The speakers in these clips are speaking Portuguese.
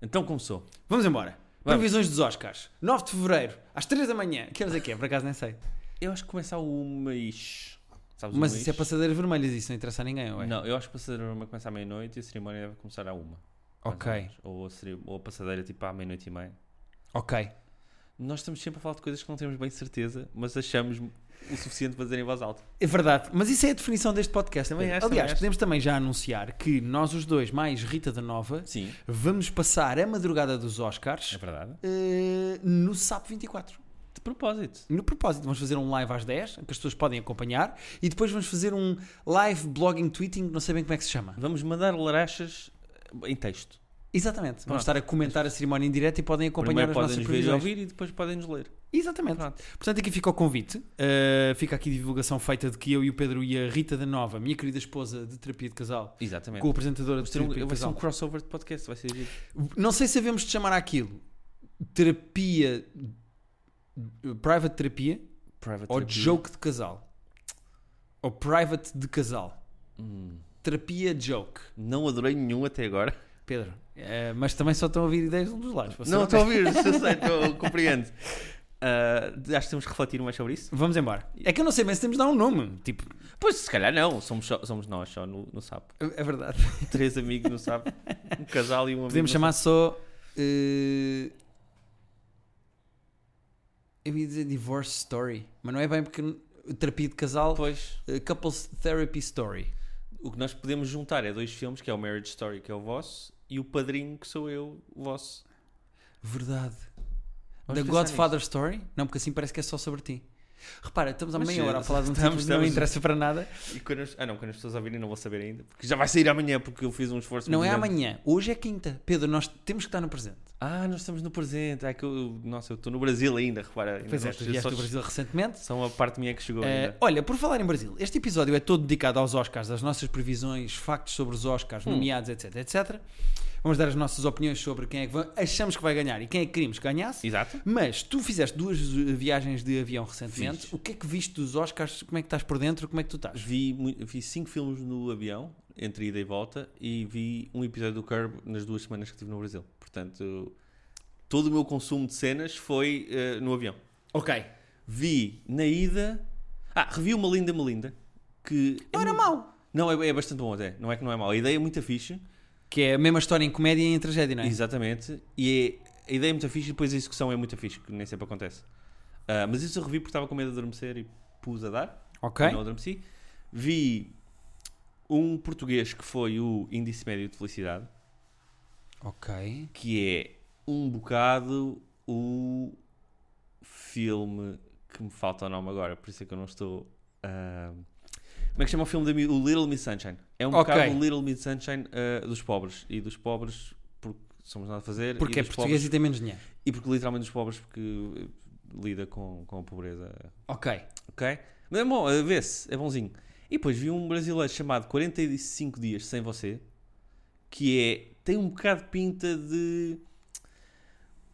Então começou. Vamos embora. Vamos. Previsões dos Oscars. 9 de Fevereiro, às 3 da manhã. Que horas é que é? Por acaso nem sei. Eu acho que começa o mês. Sabes o Mas mês? isso é passadeiras vermelhas, isso não interessa a ninguém, é? ué. Não, é? eu acho que a passadeira começa à meia-noite e a cerimónia deve começar à uma. mais Ok. ou menos. Ou a, cere- ou a passadeira tipo à meia-noite e meia. Ok. Nós estamos sempre a falar de coisas que não temos bem certeza, mas achamos o suficiente para dizer em voz alta. É verdade, mas isso é a definição deste podcast. Também Pedro. acho, também é Aliás, acho. podemos também já anunciar que nós os dois, mais Rita da Nova, Sim, vamos passar a madrugada dos é Oscars verdade. eh, no SAP 24. De propósito. No propósito, vamos fazer um live às 10, que as pessoas podem acompanhar, e depois vamos fazer um live blogging, tweeting, não sei bem como é que se chama. Vamos mandar larachas eh, em texto. Exatamente, vamos Pronto. estar a comentar a cerimónia em direto e podem acompanhar Primeiro as nossas podem-nos ver e previsões. ouvir e depois podem-nos ler. Exatamente. Pronto. Portanto, aqui fica o convite. Eh, fica aqui a divulgação feita de que eu e o Pedro e a Rita da Nova, minha querida esposa de terapia de casal, Exatamente. com a apresentadora Vamos de ter um- terapia de vai ser um casal. crossover de podcast, vai ser giro. Não sei se havemos de chamar aquilo terapia, private terapia, Private ou Therapy. joke de casal. Ou private de casal. Hum, Terapia joke. não adorei nenhum até agora. Pedro, eh, mas também só estão a ouvir ideias de um dos lados. para ser Não, honesto. estou a ouvir, eu sei, estou- compreendo. Ah, acho que temos que refletir mais sobre isso. Vamos embora. É que eu não sei bem se temos de dar um nome. Tipo, Pois, se calhar não, somos, só- somos nós só no, no sapo. é verdade. Três amigos no sapo, um casal e um amigo. Podemos no chamar só. eh, eu ia dizer Divorce Story, mas não é bem porque terapia de casal, sapo. Pois, eh, Couples Therapy Story. o que nós podemos juntar é dois filmes, que é o Marriage Story, que é o vosso, e o Padrinho, que sou eu, o vosso. Verdade. Vamos The pensar Godfather Story? Não, porque assim parece que é só sobre ti. Repara, estamos há Mas meia sim, hora a falar de um estamos- título que não estamos- interessa para nada. nisso. E quando as, ah não, quando as pessoas ouvirem não vou saber ainda, porque já vai sair amanhã, porque eu fiz um esforço Não é muito grande. amanhã, hoje é quinta. Pedro, nós temos que estar no presente. Ah, nós estamos no presente. Ah, que eu, nossa, eu estou no Brasil ainda, repara. ainda Pois é, não tu cheguei, vieste só- do Brasil recentemente. São a parte minha que chegou Eh, ainda. olha, por falar em Brasil, este episódio é todo dedicado aos Oscars, às nossas previsões, factos sobre os Oscars, Hum. nomeados, etc, etc. Vamos dar as nossas opiniões sobre quem é que va- achamos que vai ganhar e quem é que queríamos que ganhasse. Exato. Mas tu fizeste duas eh, viagens de avião recentemente. Fiz. O que é que viste dos Oscars? Como é que estás por dentro? Como é que tu estás? Vi, mui- vi cinco filmes no avião, entre ida e volta, e vi um episódio do Curb nas duas semanas que estive no Brasil. Portanto, todo o meu consumo de cenas foi eh, no avião. Ok. Vi na ida. Ah, revi uma linda Melinda. Que Não era mau. Não, é, é bastante bom até. Não é que não é mau. A ideia é muito fixe. Que é a mesma história em comédia e em tragédia, não é? Exatamente. E é- a ideia é muito fixe e depois a execução é muito fixe, que nem sempre acontece. Ah, mas isso eu revi porque estava com medo de adormecer e pus a dar. Ok. Não adormeci. Vi um português que foi o Índice Médio de Felicidade, Ok. que é um bocado o filme que me falta o nome agora, por isso é que eu não estou. ah, Como é que chama o filme da Mi- O Little Miss Sunshine. É um Ok. bocado o Little Miss Sunshine ah, dos pobres. E dos pobres porque somos nada a fazer. Porque e é dos português pobres- e tem menos dinheiro. E porque literalmente dos pobres porque eh, lida com, com a pobreza Ok. Ok? Mas é bom, eh, vê-se, é bonzinho. E depois vi um brasileiro chamado 45 Dias Sem Você, que é. tem um bocado de pinta de.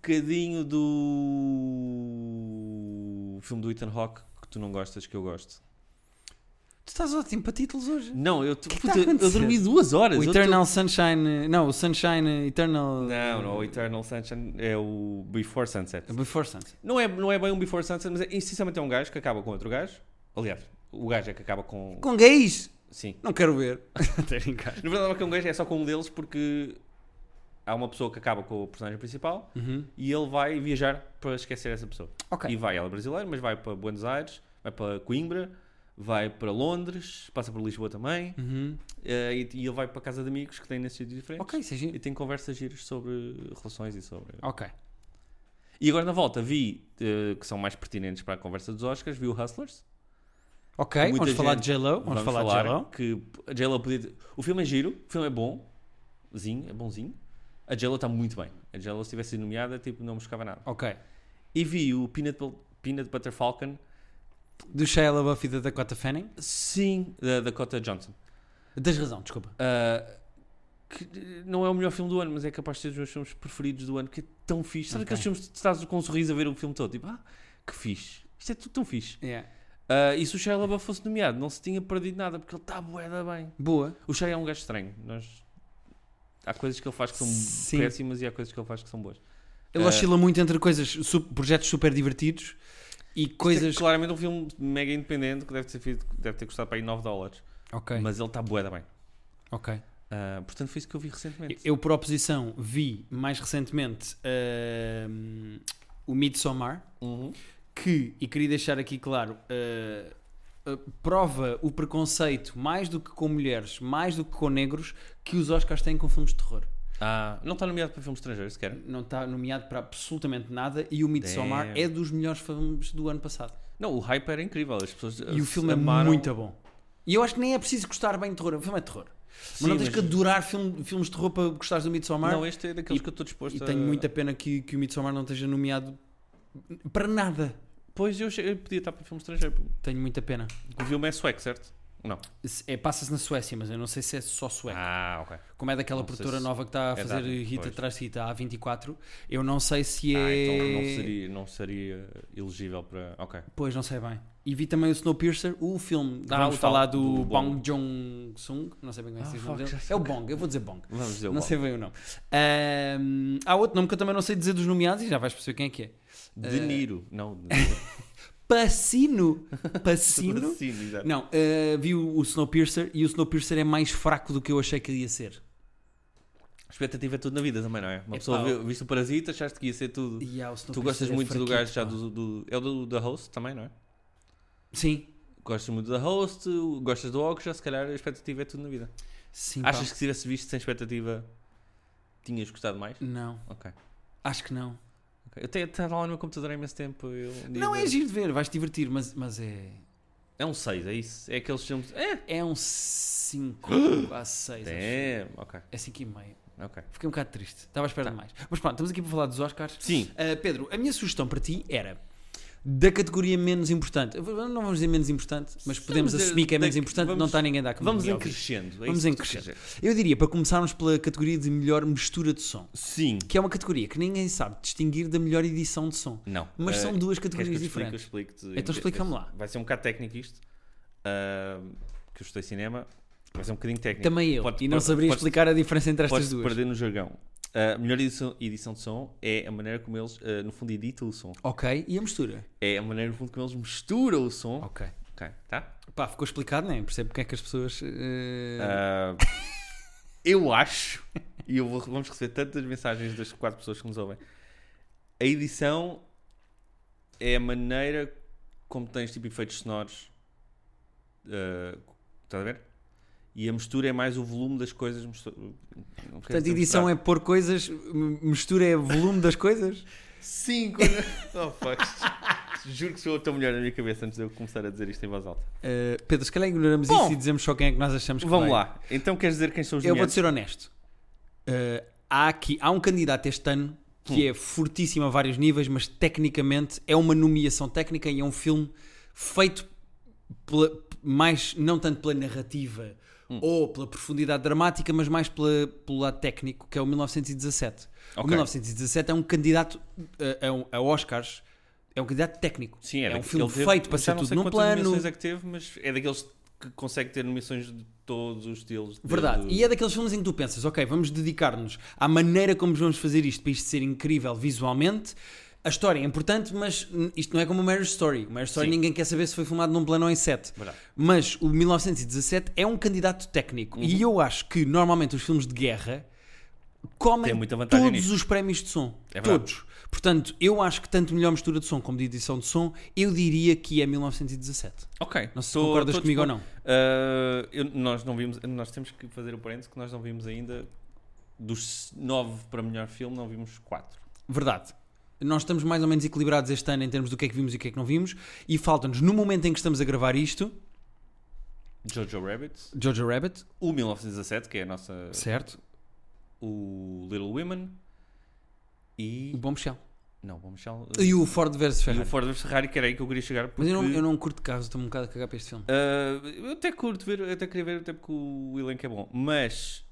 bocadinho do. filme do Ethan Hawke que tu não gostas, que eu gosto. Tu estás ótimo para títulos hoje. Não, eu, te- que puta, tá a eu acontecer? dormi duas horas. O eu Eternal Sunshine. eh, Não, o Sunshine eh, Eternal. tô- Não, não, o Eternal Sunshine é o Before Sunset. Before Sunset. Não é, não é bem um Before Sunset, mas é, essencialmente é um gajo que acaba com outro gajo. Aliás, o gajo é que acaba com. Com gays? Sim. Não quero ver. Até brincar. Na verdade, não é que é um gajo, é só com um deles porque há uma pessoa que acaba com o personagem principal e ele vai viajar para esquecer essa pessoa. Uhum. Ok. E vai, ela é brasileira, mas vai para Buenos Aires, vai para Coimbra, vai para Londres, passa por Lisboa também Uhum. eh, e, e ele vai para casa de amigos que têm nesses sítios diferentes. Ok, isso é giro. E tem conversas giras sobre relações e sobre. Ok. E agora na volta vi eh, que são mais pertinentes para a conversa dos Oscars, vi o Hustlers. Ok, Muita vamos falar gente- de J-Lo. Vamos, falar, de J-Lo. que a J-Lo podia... O filme é giro, o filme é bom, zinho, é bonzinho. A J-Lo está muito bem. A J-Lo se tivesse sido nomeada, tipo, não me chocava nada. Ok. E vi o Peanut, Bu- Peanut Butter Falcon, Do Shia LaBeouf e da Dakota Fanning. sim, da Dakota Johnson. Tens razão, desculpa. Ah, que não é o melhor filme do ano, mas é capaz de ser dos meus filmes preferidos do ano, que é tão fixe. Sabe Ok. aqueles filmes que tu estás com um sorriso a ver o filme todo? Tipo, ah, que fixe. Isto é tudo tão fixe. Yeah. Ah, e se o Shia LaBeouf fosse nomeado, não se tinha perdido nada, porque ele está bué da bem. Boa. O Shai é um gajo estranho. Nós... há coisas que ele faz que são Sim. péssimas e há coisas que ele faz que são boas. Ele Eh, oscila muito entre coisas, su- projetos super divertidos e Isto coisas. é claramente um filme mega independente que deve ter, feito- deve ter custado para aí 9 dólares. Ok, Mas ele está bué da bem. ok. Ah, portanto, foi isso que eu vi recentemente. Eu, por oposição, vi mais recentemente ehm, o Midsommar, Uhum. que, e queria deixar aqui claro, eh, eh, prova o preconceito, mais do que com mulheres, mais do que com negros, que os Oscars têm com filmes de terror. Ah, não está nomeado para filme estrangeiro sequer. Não está nomeado para absolutamente nada e o Midsommar Damn. é dos melhores filmes do ano passado. Não, o hype era incrível. As pessoas E o filme é amaram. muito bom. E eu acho que nem é preciso gostar bem de terror. O filme é de terror. Mas Sim, é. não tens que adorar filme- filmes de terror para gostares do Midsommar. Não, este é daqueles E- que eu estou disposto e a. tenho muita pena que, que o Midsommar não esteja nomeado para nada. Pois eu, che- eu podia estar para filme estrangeiro. porque Tenho muita pena. O filme é sueco, certo? Não. Se- É, Passa-se na Suécia, mas eu não sei se é só sueco. Ah, ok. Como é daquela não sei produtora se- nova que está a é fazer Dani, hit pois. atrás de hit, a A24, eu não sei se é. Ah, então não seria, não seria elegível para. Ok. Pois, não sei bem. E vi também o Snowpiercer, o filme. Ah, Vamos o tal, falar do, do Bong. Bong Joon-sung. Não sei bem como é que Ah, se diz o fuck, nome já dele. sei É o Bong, eu vou dizer Bong. Vamos dizer não logo. sei bem o nome. Ahm, há outro nome que eu também não sei dizer dos nomeados e já vais perceber quem é que é. De Niro. Não, de Niro. Pacino. Pacino? Sim, exato. não, ah, vi o, o Snowpiercer e o Snowpiercer é mais fraco do que eu achei que ele ia ser. A expectativa é tudo na vida também, não é? Uma Epá, pessoa viu, o- viste o Parasita, achaste que ia ser tudo. E, ah, o tu Snowpiercer gostas é muito do fraquito, gajo já pá. do, do- É o do, da Host também, não é? Sim. Gostas muito da Host, gostas do Ox, já se calhar a expectativa é tudo na vida. Sim, pá. Achas que se tivesse visto sem expectativa tinhas gostado mais? Não, Ok. acho que não. ok. Eu tenho estava lá no meu computador há imenso tempo. eu um dia Não vou- é giro de ver, vais te divertir, mas, mas é... É um 6, é isso? É aqueles filmes. É! É um 5, quase 6. É Damn, ok, 5 e meio. ok. Fiquei um bocado triste. Estava à espera de mais. Mas pronto, estamos aqui para falar dos Oscars. Tá. Sim. Ah, Pedro, a minha sugestão para ti era da categoria menos importante. Eu vou- Não vamos dizer menos importante, mas podemos dizer assumir que é eh, da- menos importante, vamos- não está ninguém da Vamos em crescer. crescendo. é Vamos isso em que tu queres crescendo. dizer. Eu diria, para começarmos pela categoria de melhor mistura de som, Sim. que é uma categoria que ninguém sabe distinguir da melhor edição de som. Não. Mas Eh, são Queres duas que eu categorias te explique? Eu diferentes. explico-te. Então explica-me lá. Vai ser um bocado técnico isto. ahm, que eu estudei cinema. Vai ser um bocadinho técnico. Também eu. Pode- e não pode- saberia pode- explicar a diferença entre estas Podes duas. perder no jargão. A melhor edição, edição de som é a maneira como eles, ah, no fundo, editam o som. Ok, e a mistura? É a maneira, no fundo, como eles misturam o som. Ok. Ok, tá? Pá, ficou explicado, não é? Percebo porque é que as pessoas. eh, Ah, eu acho, e eu vou- vamos receber tantas mensagens das quatro pessoas que nos ouvem. A edição é a maneira como tens tipo efeitos sonoros. ah, estás a ver? E a mistura é mais o volume das coisas. mistu- não quero Portanto, dizer edição misturar. é pôr coisas, m- mistura é volume das coisas? Sim, quando. oh, fuck. Juro que sou a tua mulher na minha cabeça antes de eu começar a dizer isto em voz alta. Uh, Pedro, se calhar ignoramos Bom, isso e dizemos só quem é que nós achamos que Vamos vai. lá. Então queres dizer quem são os Eu vou nomeados? ser honesto. Uh, há aqui, há um candidato este ano que é fortíssimo a vários níveis, mas tecnicamente é uma nomeação técnica e é um filme feito pela- mais, não tanto pela narrativa Hum. ou pela profundidade dramática, mas mais pela- pelo lado técnico, que é o 1917. O Ok. 1917 é um candidato uh, a, um- a Oscars, é um candidato técnico. Sim, é, é um daqu- filme ele teve- feito para já ser não tudo sei num quantas plano. nomeações é que teve, mas é daqueles que consegue ter nomeações de todos os estilos. desde Verdade. o- E é daqueles filmes em que tu pensas, ok, vamos dedicar-nos à maneira como vamos fazer isto para isto ser incrível visualmente. A história é importante, mas hum, isto não é como o Marriage Story. O Marriage Story Sim. ninguém quer saber se foi filmado num plano ou em set. Verdade. Mas o 1917 é um candidato técnico. Uhum. E eu acho que normalmente os filmes de guerra comem Tem muita vantagem todos nisto. os prémios de som. É verdade. todos. Portanto, eu acho que tanto melhor mistura de som como de edição de som, eu diria que é 1917. Ok. Não sei se Tô- concordas tô comigo ou disposto. não. Ah, eu- nós não vimos, nós temos que fazer o parênteses que nós não vimos ainda dos nove para melhor filme, não vimos quatro. Verdade. Nós estamos mais ou menos equilibrados este ano em termos do que é que vimos e o que é que não vimos. E falta-nos, no momento em que estamos a gravar isto, Jojo Rabbit, Jojo Rabbit, o 1917, que é a nossa. certo? O Little Women O e. Bom Michel. Não, vamos já. E o Ford versus E o Ferrari. Ford vs Ferrari, que era aí que eu queria chegar. Mas eu não, porque- eu não curto carros, estou um bocado a cagar para este filme. Ah, eu até curto ver, eu até queria ver, até porque o elenco é bom, é mas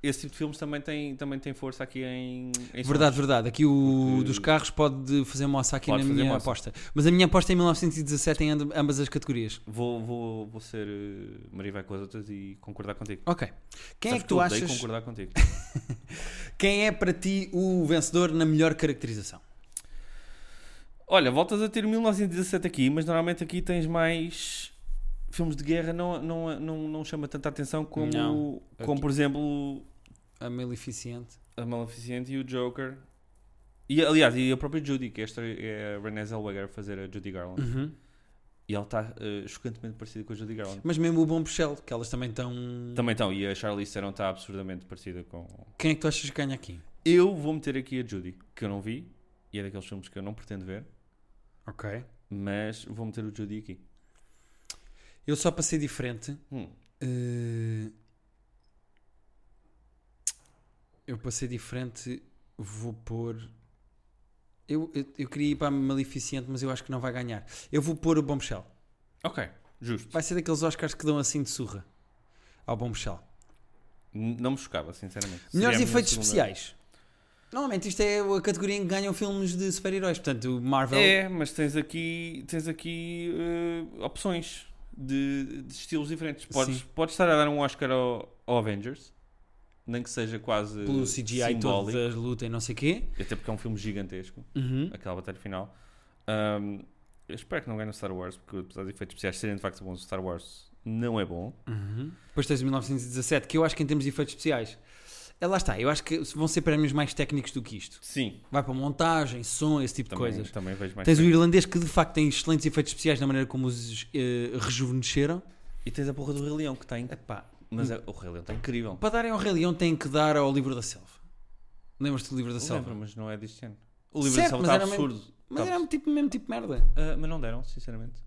esse tipo de filmes também tem, também tem força aqui em, em Verdade, verdade. Aqui o Porque- dos carros pode fazer moça aqui Pode na fazer minha moça. aposta. Mas a minha aposta é em 1917 em amb- ambas as categorias. Vou, vou, vou ser eh, Maria vai com as outras e concordar contigo. Ok. Quem Sabes é que eu tu odeio achas? concordar contigo. Quem é para ti o vencedor na melhor caracterização? Olha, voltas a ter 1917 aqui, mas normalmente aqui tens mais filmes de guerra, não, não, não, não chama tanta atenção como, Não. como por exemplo, A Maleficente. A Maleficente e o Joker. E, aliás, e a própria Judy, que esta é a Renée Zellweger a fazer a Judy Garland. Uhum. E ela está eh, chocantemente parecida com a Judy Garland. Mas mesmo o Bom Puxel, que elas também estão. Também estão, e a Charlize Theron está absurdamente parecida com... Quem é que tu achas que ganha aqui? Eu vou meter aqui a Judy, que eu não vi, e é daqueles filmes que eu não pretendo ver, Ok. mas vou meter o Judy aqui. Eu só para ser diferente. Hum. eh, Eu para ser diferente vou pôr. Eu, eu, eu queria ir para a Maleficente, mas eu acho que não vai ganhar. Eu vou pôr o Bom Puxel. Ok, justo. Vai ser daqueles Oscars que dão assim de surra ao Bom Puxel. N- Não me chocava, sinceramente. Seria né? a Melhores minha efeitos segunda. especiais. Normalmente isto é a categoria em que ganham filmes de super-heróis. Portanto, o Marvel. É, mas tens aqui, tens aqui eh, opções de, de estilos diferentes. Podes, Sim. podes estar a dar um Oscar ao, ao Avengers, nem que seja quase pelo CGI todo simbólico, Uhum. da luta e não sei quê. até porque é um filme gigantesco, aquela batalha final. Ahm, eu espero que não ganhe o Star Wars, porque apesar de efeitos especiais serem de facto bons, o Star Wars não é bom. Uhum. Depois tens o 1917, que eu acho que em termos de efeitos especiais. É, lá está, eu acho que vão ser prémios mais técnicos do que isto. Sim, Vai para montagem, som, esse tipo também, de coisas. também vejo mais. Tens o bem. irlandês que de facto tem excelentes efeitos especiais na maneira como os eh, rejuvenesceram. E tens a porra do Rei Leão, que tem. Epá, Mas é- o Rei Leão está incrível. para darem ao Rei Leão têm que dar ao Livro da Selva. Lembras-te do Livro da Selva? Lembro, mas não é deste ano. O livro Certo, de mas Salva era está mesmo- absurdo. Mas Tá era um tipo, mesmo tipo de merda. Ah, mas não deram, sinceramente.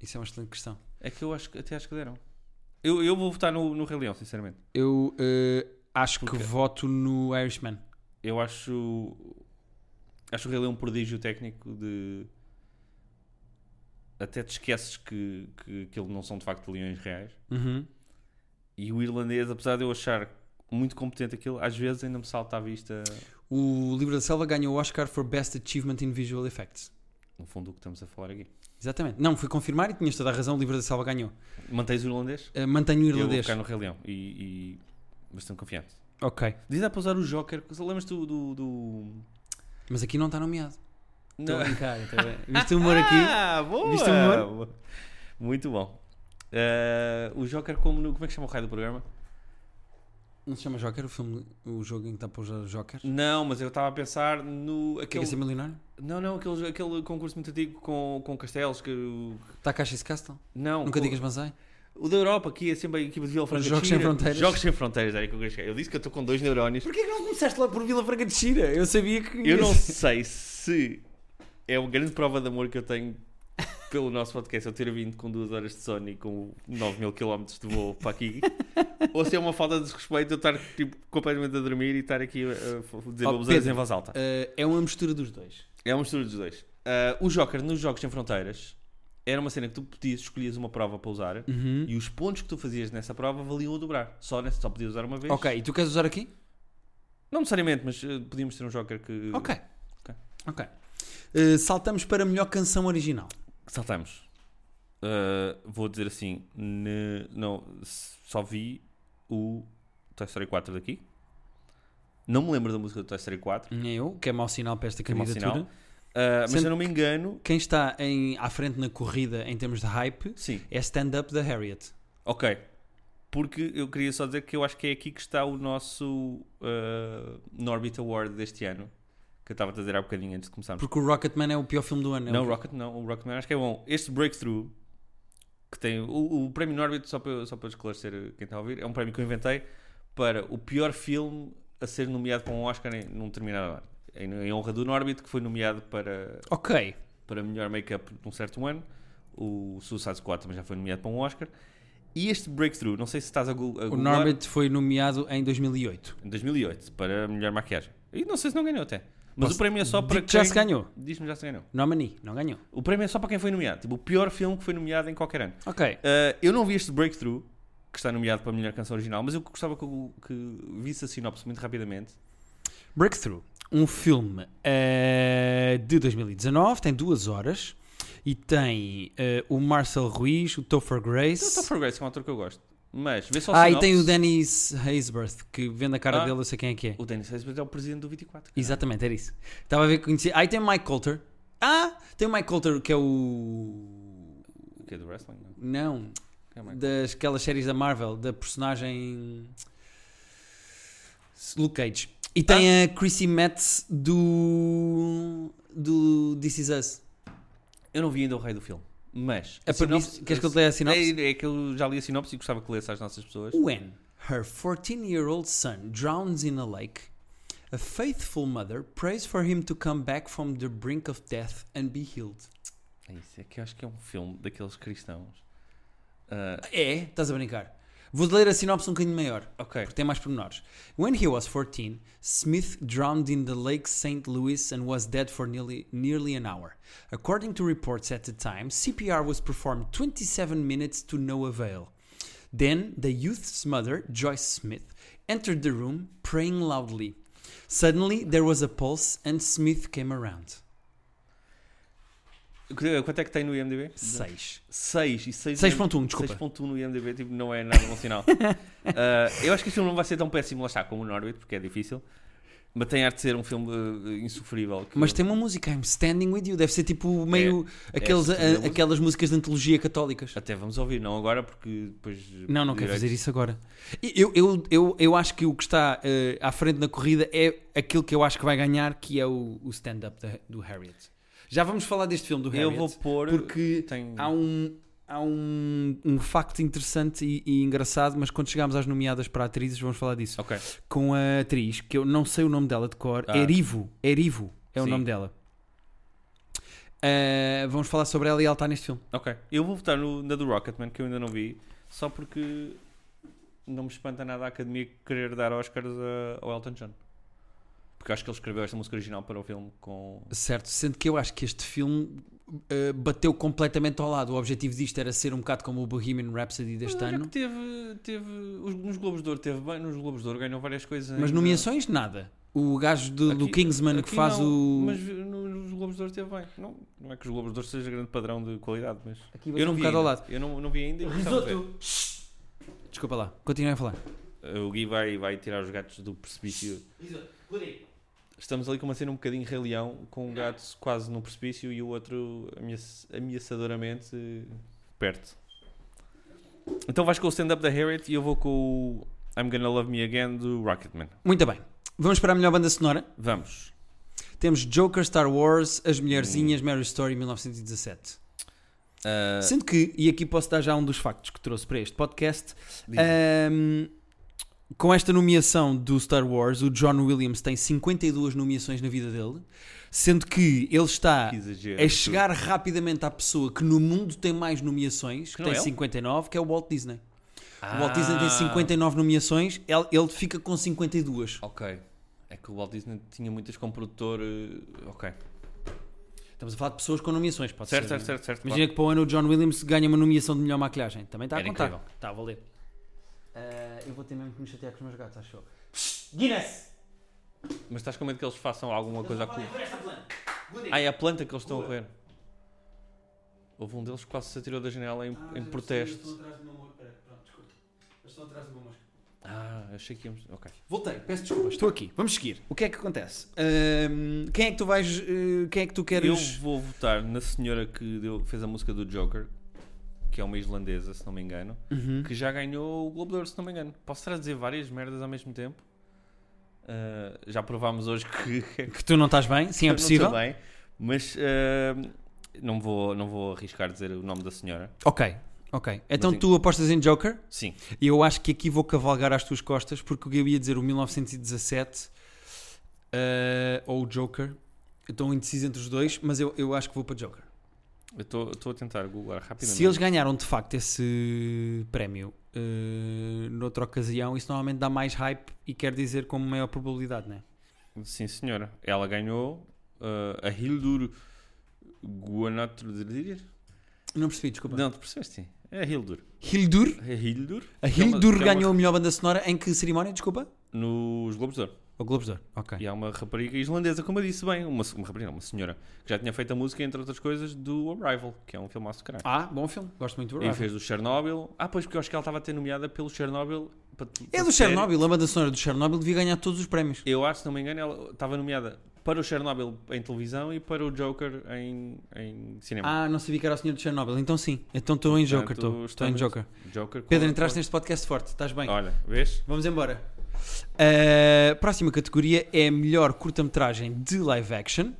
Isso é uma excelente questão. É que eu acho que até acho que deram. Eu, eu vou votar no, no Rei Leão, sinceramente. Eu eh, acho que Porquê? voto no Irishman. Eu acho. Acho o Rei Leão um prodígio técnico de. Até te esqueces que, que, que ele não são de facto leões reais. Uhum. E o irlandês, apesar de eu achar muito competente aquilo, às vezes ainda me salta à vista, O Livro da Selva ganhou o Oscar for Best Achievement in Visual Effects. no fundo, do que estamos a falar aqui. Exatamente. Não, fui confirmar e tinhas toda a razão, o Livro da Selva ganhou. Mantens o irlandês? Eh, mantenho o Eu vou irlandês. ficar no Rei Leão e, e bastante confiante. Ok. Diz dá para usar o Joker. Lembras-te do. do, do... Mas aqui não está nomeado. Estou a Não. brincar. estou a brincar. Viste o humor aqui? Ah, boa! Viste o humor? Muito bom. Eh, o Joker, como, no- como é que chama o raio do programa? Não se chama Joker, o filme, o jogo em que está para usar o Joker. Não, mas eu estava a pensar no. Quer Aquele, ser milionário? Não, não, aquele, aquele concurso muito antigo com, com castelos. Que, o- Takashi's Castle? não, Nunca o, digas banzai? O da Europa, que ia sempre a equipa de Vila Franca. de Jogos Xira. Sem Fronteiras. Jogos sem fronteiras, era que eu queria chegar. Eu disse que eu estou com dois neurónios. Porquê que não começaste lá por Vila Franca de Xira? Eu sabia que... Eu não sei se é uma grande prova de amor que eu tenho pelo nosso podcast eu ter vindo com duas horas de sono e com 9 mil quilómetros de voo para aqui, ou se é uma falta de respeito eu estar tipo, completamente a dormir e estar aqui a dizer Oh, baboseiras Pedro. em voz alta. Eh, é uma mistura dos dois. É uma mistura dos dois. Ah, o Joker nos Jogos Sem Fronteiras era uma cena que tu podias, escolhias uma prova para usar Uhum. e os pontos que tu fazias nessa prova valiam o dobrar. Só, nessa, só podias usar uma vez. Ok, e tu queres usar aqui? Não necessariamente, mas ah, podíamos ter um Joker que Ok. Ok. Ok. Eh, saltamos para a melhor canção original. Saltamos. Uh, vou dizer assim, ne- não, s- só vi o Toy Story 4 daqui. Não me lembro da música do Toy Story 4, Nem eu, que é mau sinal para esta que é mau candidatura. sinal. Uh, mas Sendo se eu não me engano, Quem está em, à frente na corrida em termos de hype sim, é Stand Up da Harriet. ok. Porque eu queria só dizer que eu acho que é aqui que está o nosso uh, Norbit Award deste ano, que eu estava a dizer há bocadinho antes de começarmos. Porque o Rocketman é o pior filme do ano. é Não, o- Rocket não, o Rocketman acho que é bom. Este Breakthrough, que tem o, o prémio Norbit, só para, só para esclarecer quem está a ouvir, é um prémio que eu inventei para o pior filme a ser nomeado para um Oscar em, num determinado ano. Em, em honra do Norbit, que foi nomeado para, Ok. para melhor make-up num certo ano. O Suicide Squad também já foi nomeado para um Oscar. E este Breakthrough, não sei se estás a, gu- a O googlar, Norbit foi nomeado em 2008. em 2008, para melhor maquiagem. E não sei se não ganhou até. Mas Posso- o prémio é só para Digo que já quem... se ganhou. Diz-me já se ganhou. Nominee, não ganhou. O prémio é só para quem foi nomeado. Tipo, o pior filme que foi nomeado em qualquer ano. Ok. Uh, eu não vi este breakthrough, que está nomeado para a melhor canção original, mas eu gostava que, eu- que visse a sinopse muito rapidamente. Breakthrough, um filme eh, de 2019, tem duas horas e tem eh, o Marcel Ruiz, o Topher Não, Grace. Topher Grace é um autor que eu gosto, mas vê só a Ah, e sinopse. tem o Dennis Haysbert, que vendo a cara Ah. dele eu sei quem é que é. O Dennis Haysbert é o presidente do 24. cara. Exatamente, era isso. Estava a ver que conhecia. Ah, e tem o Mike Coulter. Ah, tem o Mike Coulter, que é o. O que é do wrestling? Não. Não, Que é mais- das aquelas séries da Marvel, da personagem Luke Cage. E Ah. tem a Chrissy Metz do do This Is Us. Eu não vi ainda o rei do filme, mas... A premissa- queres que eu te leia a sinopse? É, é que eu já li a sinopse e gostava que lesse às nossas pessoas. When her 14-year-old son drowns in a lake, a faithful mother prays for him to come back from the brink of death and be healed. É isso, é que eu acho que é um filme daqueles cristãos. Ah, É, estás a brincar. Vou ler a sinopse um bocadinho maior. ok. Porque tem mais pormenores. When he was 14, Smith drowned in the Lake St. Louis and was dead for nearly, nearly an hour. According to reports at the time, CPR was performed 27 minutes to no avail. Then the youth's mother, Joyce Smith, entered the room praying loudly. Suddenly there was a pulse and Smith came around. Qu- Quanto é que tem no IMDb? 6. 6 e 6 6.1, desculpa. 6.1 no IMDb tipo, não é nada bom sinal. Ah, eu acho que este filme não vai ser tão péssimo, lá está, como o Norbit, porque é difícil. Mas tem arte de ser um filme eh, insofrível. que- Mas tem uma música, I'm Standing With You, deve ser tipo meio aqueles- é, é, a- aquelas músicas de antologia católicas. Até vamos ouvir, não agora, porque depois. Não, não quero direitos. fazer isso agora. E Eu, eu, eu, eu acho que o que está eh, à frente na corrida é aquilo que eu acho que vai ganhar, que é o, o stand-up da- do Harriet. Já vamos falar deste filme do Harriet. Eu vou pôr. porque tenho- há um, há um, um facto interessante e, e engraçado, mas quando chegarmos às nomeadas para atrizes, vamos falar disso. Ok. Com a atriz, que eu não sei o nome dela de cor, Ah. Erivo. Erivo é o Sim. nome dela. Eh, vamos falar sobre ela e ela está neste filme. Ok. Eu vou votar no, na do Rocketman, que eu ainda não vi, só porque não me espanta nada a academia querer dar Oscars a- ao Elton John. Porque acho que ele escreveu esta música original para o filme com. Certo, sendo que eu acho que este filme uh, bateu completamente ao lado. O objetivo disto era ser um bocado como o Bohemian Rhapsody Mas deste olha ano, que teve, teve os- nos Globos de Ouro teve bem, nos Globos de Ouro ganhou várias coisas. mas ainda. nomeações nada. O gajo do, do Aqui- Kingsman aqui que faz não, o. Mas vi- no- nos Globos de Ouro teve bem. Não, não é que os Globos de Ouro seja grande padrão de qualidade, mas Aqui eu não um vi. bocado ao ainda. lado. Eu não, não vi ainda. e gostava de ver. Desculpa lá, continuem a falar. Eh, O Gui vai, vai tirar os gatos do precipício. Estamos ali com uma cena um bocadinho Rei Leão, com um gato quase no precipício e o outro ameaça- ameaçadoramente eh, perto. Então vais com o stand-up da Harriet e eu vou com o I'm Gonna Love Me Again do Rocketman. Muito bem, vamos para a melhor banda sonora. Vamos. Temos Joker, Star Wars, As Mulherzinhas, Mary Story 1917. Hum. Ah, Sendo que, e aqui posso dar já um dos factos que trouxe para este podcast, Diz. Ahm, com esta nomeação do Star Wars, o John Williams tem 52 nomeações na vida dele, sendo que ele está que exagero. a Ah, é chegar rapidamente à pessoa que no mundo tem mais nomeações, que não tem é ele? 59, que é o Walt Disney. Ah, O Walt Disney tem 59 nomeações, ele, ele fica com 52. Ok. É que o Walt Disney tinha muitas como produtor. eh, Ok. Estamos a falar de pessoas com nomeações, pode Certo, ser. certo, não é? certo. certo Imagina que para o ano o John Williams ganha uma nomeação de melhor maquilhagem. Também está a Era contar. incrível. Está a valer. Ah, eu vou ter mesmo que me chatear com os meus gatos, acho eu. Guinness! claro. Mas estás com medo que eles façam alguma coisa com. ver esta planta. Ah, é a planta que eles estão a ver. Houve um deles que quase se atirou da janela em, em protesto. Ah, achei que íamos. Ok. Voltei, peço desculpa, estou aqui. Vamos seguir. O que é que acontece? Ahm, quem é que tu vais. eh, quem é que tu Eu queres. vou votar na senhora que deu- fez a música do Joker, que é uma islandesa, se não me engano, Uhum. que já ganhou o Globo de Ouro, se não me engano. Posso estar a dizer várias merdas ao mesmo tempo? Ah, já provámos hoje que Que tu não estás bem? Sim, é Eu não sei possível. bem, mas ah, não, vou, não vou arriscar dizer o nome da senhora. Ok, ok. Então Mas em- tu apostas em Joker? Sim. E eu acho que aqui vou cavalgar às tuas costas porque o que eu ia dizer o 1917 eh, ou o Joker. Eu estou indeciso entre os dois, mas eu, eu acho que vou para Joker. Eu estou a tentar googlar rapidamente. Se eles ganharam de facto esse prémio eh, noutra ocasião, isso normalmente dá mais hype e quer dizer com maior probabilidade, não é? Sim, senhora. Ela ganhou ah, a Hildur Guanatrudir. Não percebi, desculpa. Não, tu percebeste? É Hildur. Hildur. É Hildur. A Que é uma- Hildur que é uma- ganhou a melhor banda sonora em que cerimónia? Desculpa? Nos Globos de Ouro. O Globos de Ouro. Ok. E há uma rapariga islandesa, como eu disse bem, uma, uma rapariga, não, uma senhora, que já tinha feito a música, entre outras coisas, do Arrival, que é um filmaço de caralho. Ah, bom filme. Gosto muito do e Arrival. fez do Chernobyl. Ah, pois, porque eu acho que ela estava a ter nomeada pelo Chernobyl. para- É para do série. Chernobyl. A banda sonora do Chernobyl devia ganhar todos os prémios. Eu acho, se não me engano, ela estava nomeada para o Chernobyl em televisão e para o Joker em, em cinema. Ah, não sabia que era o senhor do Chernobyl. Então sim. Então estou em Joker. Portanto, Estou Estou em estamos- Joker. Joker com- Pedro, entraste neste podcast forte. Estás bem. Olha, vês? Vamos embora. A próxima categoria é a melhor curta-metragem de live action.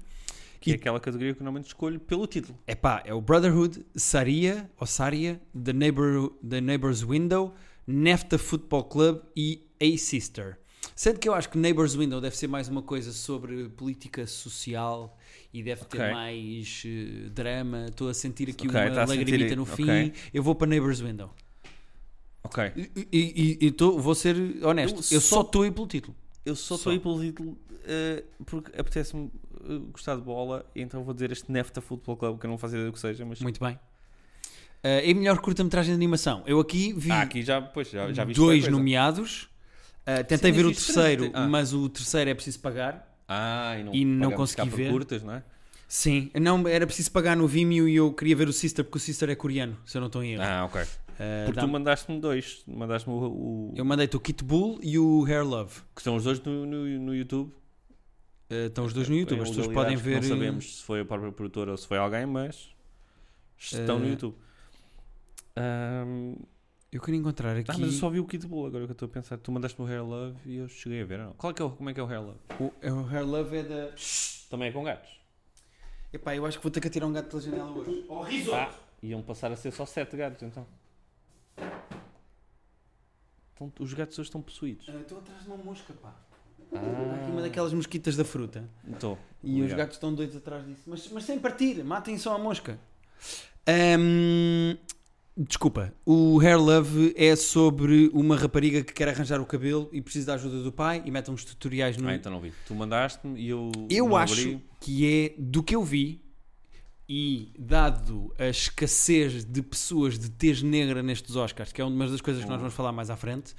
Que E- é aquela categoria que eu normalmente escolho pelo título. Epá, é o Brotherhood, Saria, ou Saria, The, Neighbor, The Neighbor's Window, Nefta Football Club e A Sister. Sendo que eu acho que Neighbor's Window deve ser mais uma coisa sobre política social e deve ter Ok. mais eh, drama. Estou a sentir aqui Ok, tá uma a sentir lagrimita aí. no Ok. fim. Eu vou para Neighbor's Window. Ok. E, e- e- e tô- vou ser honesto, Eu eu só só- estou aí pelo título. Eu só Só. estou aí pelo título eh, porque apetece-me eh, gostar de bola, então vou dizer este Nefta Football Club, que eu não faço ideia do que seja, mas. Muito bem. Eh, é a melhor curta-metragem de animação. Eu aqui vi. Ah, aqui já, pois, já, já vi dois nomeados. Uh, Sim, tentei ver mas o viste terceiro, durante- ah. mas o terceiro é preciso pagar. Ah, e não, E não pagamos consegui cá por ver. curtas, não é? Sim, não, era preciso pagar no Vimeo e eu queria ver o Sister porque o Sister é coreano, se eu não estou em erro. Ah, ok. Uh, Porque dá- tu mandaste-me dois. Mandaste-me o, o- Eu mandei-te o Kit Bull e o Hair Love. que são os dois no, no, no YouTube. Uh, estão os dois no YouTube, Em as pessoas podem modalidades que ver. eh, Não sabemos se foi a própria produtora ou se foi alguém, mas estão no Eh, YouTube. Ahm, Tá, Eu queria encontrar aqui. ah, mas eu só vi o Kid Bull agora que eu estou a pensar. Tu mandaste-me o Hair Love e eu cheguei a ver. ou Não. Qual é que é o, como é que é o Hair Love? o, é o Hair Love é da. Também é com gatos. Epá, eu acho que vou ter que atirar um gato pela janela hoje. Ah, iam passar a ser só sete gatos então. Então, os gatos hoje estão possuídos. Uh, Estou atrás de uma mosca, pá. Há aqui Ah, uma daquelas mosquitas da fruta. estou. Então, E os Obrigado. gatos estão doidos atrás disso. Mas, mas sem partir, matem só a mosca. Ahm, desculpa, o Hair Love é sobre uma rapariga que quer arranjar o cabelo e precisa da ajuda do pai e mete uns tutoriais no. Ah, então não vi. Tu mandaste-me e eu. eu não acho abri. que é do que eu vi e dado a escassez de pessoas de tez negra nestes Oscars, que é uma das coisas que nós vamos falar mais à frente,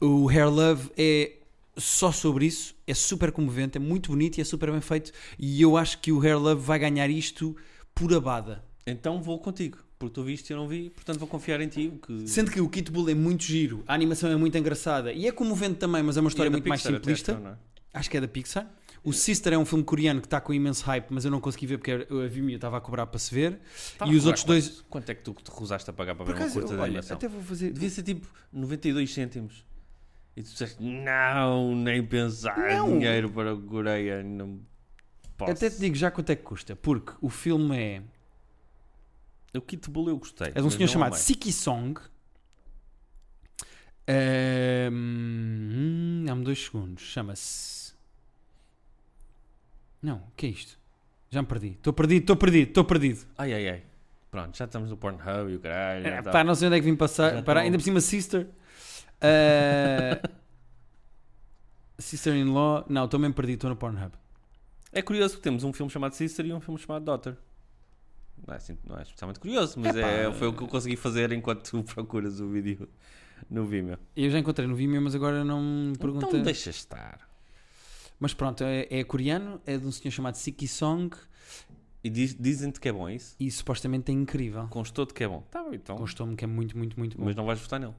o Hair Love é só sobre isso, é super comovente, é muito bonito e é super bem feito. E eu acho que o Hair Love vai ganhar isto por abada. Então vou contigo. Porque tu viste e eu não vi. Portanto, vou confiar em ti. Que... Sendo que o Kit Bull é muito giro, a animação é muito engraçada e é comovente também, mas é uma história E é da muito mais Pixar até, simplista. então, não é? Acho que é da Pixar. O Sister é um filme coreano que está com imenso hype, mas eu não consegui ver porque a Vimeo estava a cobrar para se ver. Estava e a os cobrar outros dois. Tá Quanto, quanto é que tu te recusaste a pagar para Por ver uma acaso, curta de olha, animação? até vou fazer. Devia ser tipo 92 cêntimos. E tu disseste, não, nem pensar Não. dinheiro para a Coreia, não posso. Até te digo já quanto é que custa, porque o filme é. O Kit Bull eu gostei. É de um mas senhor não chamado amei. Siki Song. Ahm, Dá-me hum, dois segundos. Chama-se. Não, o que é isto? Já me perdi. Estou perdido, estou perdido, estou perdido. Ai, ai, ai. Pronto, já estamos no Pornhub e o caralho. já É, tá. pá, não sei onde é que vim passar. Já Para, tá. ainda por cima, Sister. Ah, Sister-in-law. Não, estou mesmo perdido, estou no Pornhub. É curioso que temos um filme chamado Sister e um filme chamado Daughter. Não é, assim- não é especialmente curioso, mas é, foi o que eu consegui fazer enquanto tu procuras o vídeo no Vimeo. Eu já encontrei no Vimeo, mas agora não me pergunta. Então deixa estar. Mas pronto, é, é coreano, é de um senhor chamado Siki Song E diz- dizem-te que é bom isso? e supostamente é incrível. Constou-te que é bom. Tá bom, então. Gostou-me que é muito, muito, muito bom. Mas não vais votar nele.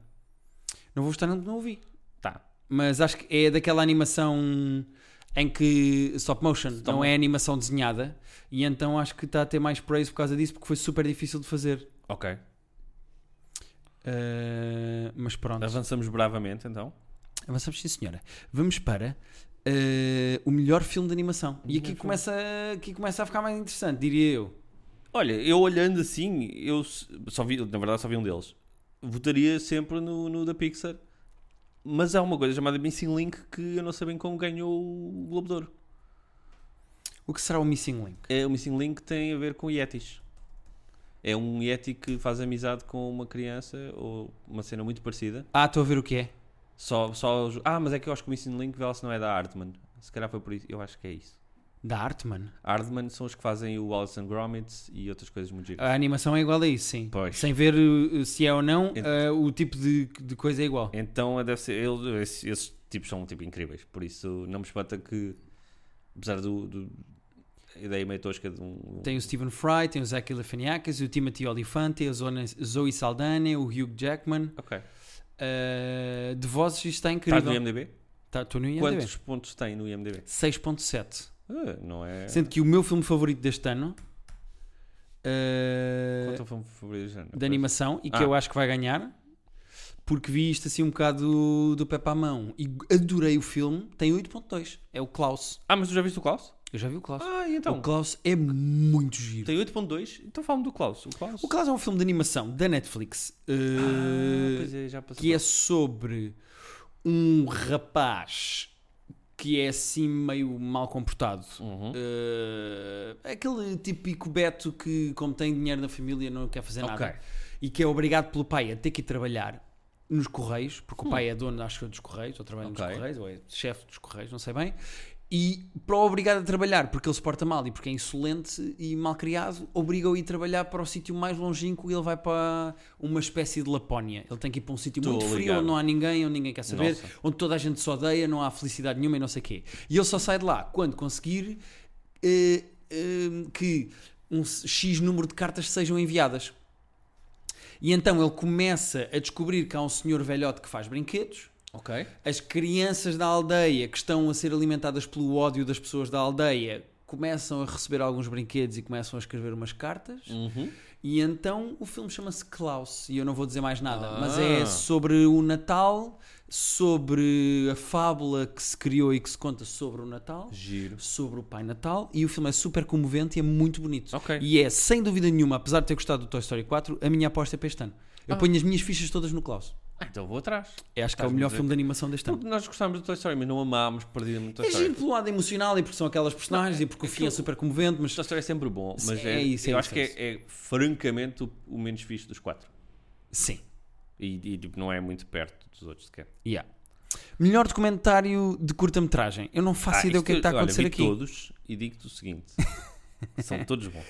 Não vou gostar, não, não ouvi. Tá. Mas acho que é daquela animação em que stop motion não é animação desenhada e então acho que está a ter mais praise por causa disso porque foi super difícil de fazer. Ok. Ah, mas pronto. Avançamos bravamente, então. Avançamos, sim, senhora. Vamos para eh, o melhor filme de animação. E aqui filme. começa, aqui começa a ficar mais interessante, diria eu. Olha, eu olhando assim, eu s- só vi, na verdade só vi um deles. Votaria sempre no, no da Pixar. Mas há uma coisa chamada Missing Link que eu não sei bem como ganhou o Globo de Ouro. O que será o Missing Link? É, o Missing Link tem a ver com Yetis. É um Yeti que faz amizade com uma criança, ou uma cena muito parecida. Ah, estou a ver o que é. Só, só os- Ah, mas é que eu acho que o Missing Link vê-la se não é da Artman. Se calhar foi por isso. Eu acho que é isso. Da arte, mano. Hardman são os que fazem o Wallace and Gromit e outras coisas muito giras. A animação é igual a isso, sim. Pois. Sem ver uh, se é ou não, Ent- uh, o tipo de, de coisa é igual. Então deve ser. ele- esses, esses tipos são tipo incríveis. Por isso não me espanta que. Apesar do. do a ideia meio tosca de um. Tem o Stephen Fry, tem o Zach Galifianakis, o Timothy Olyphante, a Zona- Zoe Saldana, o Hugh Jackman. Ok. Uh, de vozes isto está Estás no incrível. IMDB? Tá, Estou no IMDb. Quantos pontos tem no IMDB? 6.7. Ah, não é. Sendo que o meu filme favorito deste ano uh, Quanto é o filme favorito do género? de animação e que Ah. eu acho que vai ganhar porque vi isto assim um bocado do pé para a mão e adorei o filme tem 8.2 é o Klaus Ah, mas tu já viste o Klaus? eu já vi o Klaus Ah, e então. o Klaus é muito giro Tem 8.2? Então fala-me do Klaus. O Klaus. o Klaus é um filme de animação da Netflix Ah, eh, pois é, já passou. que é sobre um rapaz que é assim meio mal comportado Uhum. Eh, aquele típico Beto que, como tem dinheiro na família, não quer fazer Ok. nada e que é obrigado pelo pai a ter que ir trabalhar nos Correios, porque o pai é dono, acho que dos Correios, ou trabalha Hum. Ok. nos Correios, ou é chefe dos Correios, não sei bem. E para o obrigado a trabalhar, porque ele se porta mal e porque é insolente e malcriado, obriga-o a ir trabalhar para o sítio mais longínquo e ele vai para uma espécie de Lapónia. Ele tem que ir para um sítio Tô muito frio, ligado. onde não há ninguém, onde ninguém quer saber, Nossa. onde toda a gente se odeia, não há felicidade nenhuma e não sei o quê. E ele só sai de lá quando conseguir eh, eh, que um X número de cartas sejam enviadas. E então ele começa a descobrir que há um senhor velhote que faz brinquedos. Ok. As crianças da aldeia que estão a ser alimentadas pelo ódio das pessoas da aldeia começam a receber alguns brinquedos e começam a escrever umas cartas. Uhum. E então o filme chama-se Klaus, e eu não vou dizer mais nada, Ah. mas é sobre o Natal, sobre a fábula que se criou e que se conta sobre o Natal, Giro. sobre o Pai Natal, e o filme é super comovente e é muito bonito. Ok. E é, sem dúvida nenhuma, apesar de ter gostado do Toy Story 4, a minha aposta é para este ano. Eu ponho as minhas fichas todas no Klaus. Ah, então vou atrás. Eu acho que Estás-me é o a melhor dizer filme de animação deste ano. Porque nós gostámos do Toy Story, mas não amámos perdidamente Toy É Story. giro pelo lado emocional e porque são aquelas personagens e porque o fim é super comovente, mas Toy Story é sempre bom, Sim, mas é é, isso, é eu isso, acho que é é, é, francamente o, o menos fixe dos quatro. sim. E, e, tipo, não é muito perto dos outros sequer. Yeah. Melhor documentário de curta-metragem. Eu não faço ideia o que é que está a Ah, olha, acontecer vi aqui. todos e digo-te o seguinte. São todos bons.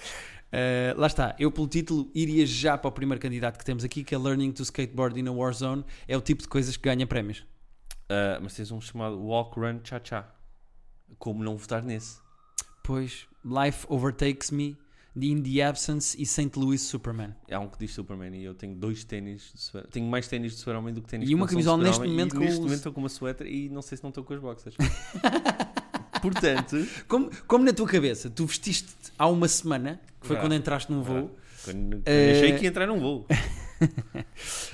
Uh, lá está, eu pelo título iria já para o primeiro candidato que temos aqui, que é Learning to Skateboard in a Warzone. É o tipo de coisas que ganha prémios. Ah, mas tens um chamado Walk, Run, Cha Cha. Como não votar nesse? Pois, Life Overtakes Me, The In the Absence e St. Louis Superman. Há um que diz Superman e eu tenho dois ténis de super... Tenho mais ténis de super-homem do que ténis E que uma não são de camisola neste super-homem, momento e com neste os- momento estou com uma suéter e não sei se não estou com as boxers. Portanto, Como, como na tua cabeça, tu vestiste há uma semana, que foi Ah. quando entraste num voo. quando- quando Eh, achei que ia entrar num voo.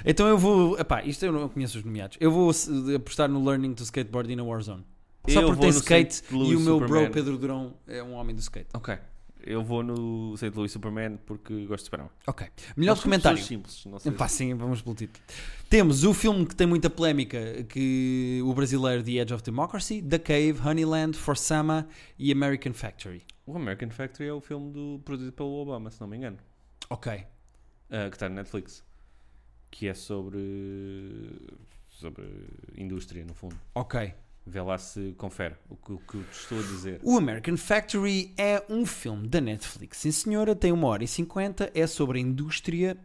Então eu vou. Epá, isto eu não conheço os nomeados. Eu vou se- apostar no Learning to Skateboard in a Warzone. Só Eu porque vou tem no skate St. Louis e o meu Superman. bro Pedro Durão é um homem do skate. Ok. Eu vou no St. Louis Superman porque gosto de Superman. Ok. Melhor Nós somos documentário. pessoas simples, não sei. Pá, sim, vamos pelo título. Temos o filme que tem muita polémica, que o brasileiro The Edge of Democracy, The Cave, Honeyland, For Sama e American Factory. O American Factory é o filme do, produzido pelo Obama, se não me engano, Ok. Ah, que está na Netflix, que é sobre sobre indústria no fundo. Ok. Vê lá se confere o que, o que eu te estou a dizer. O American Factory é um filme da Netflix. Sim, senhora, tem uma hora e cinquenta. É sobre a indústria.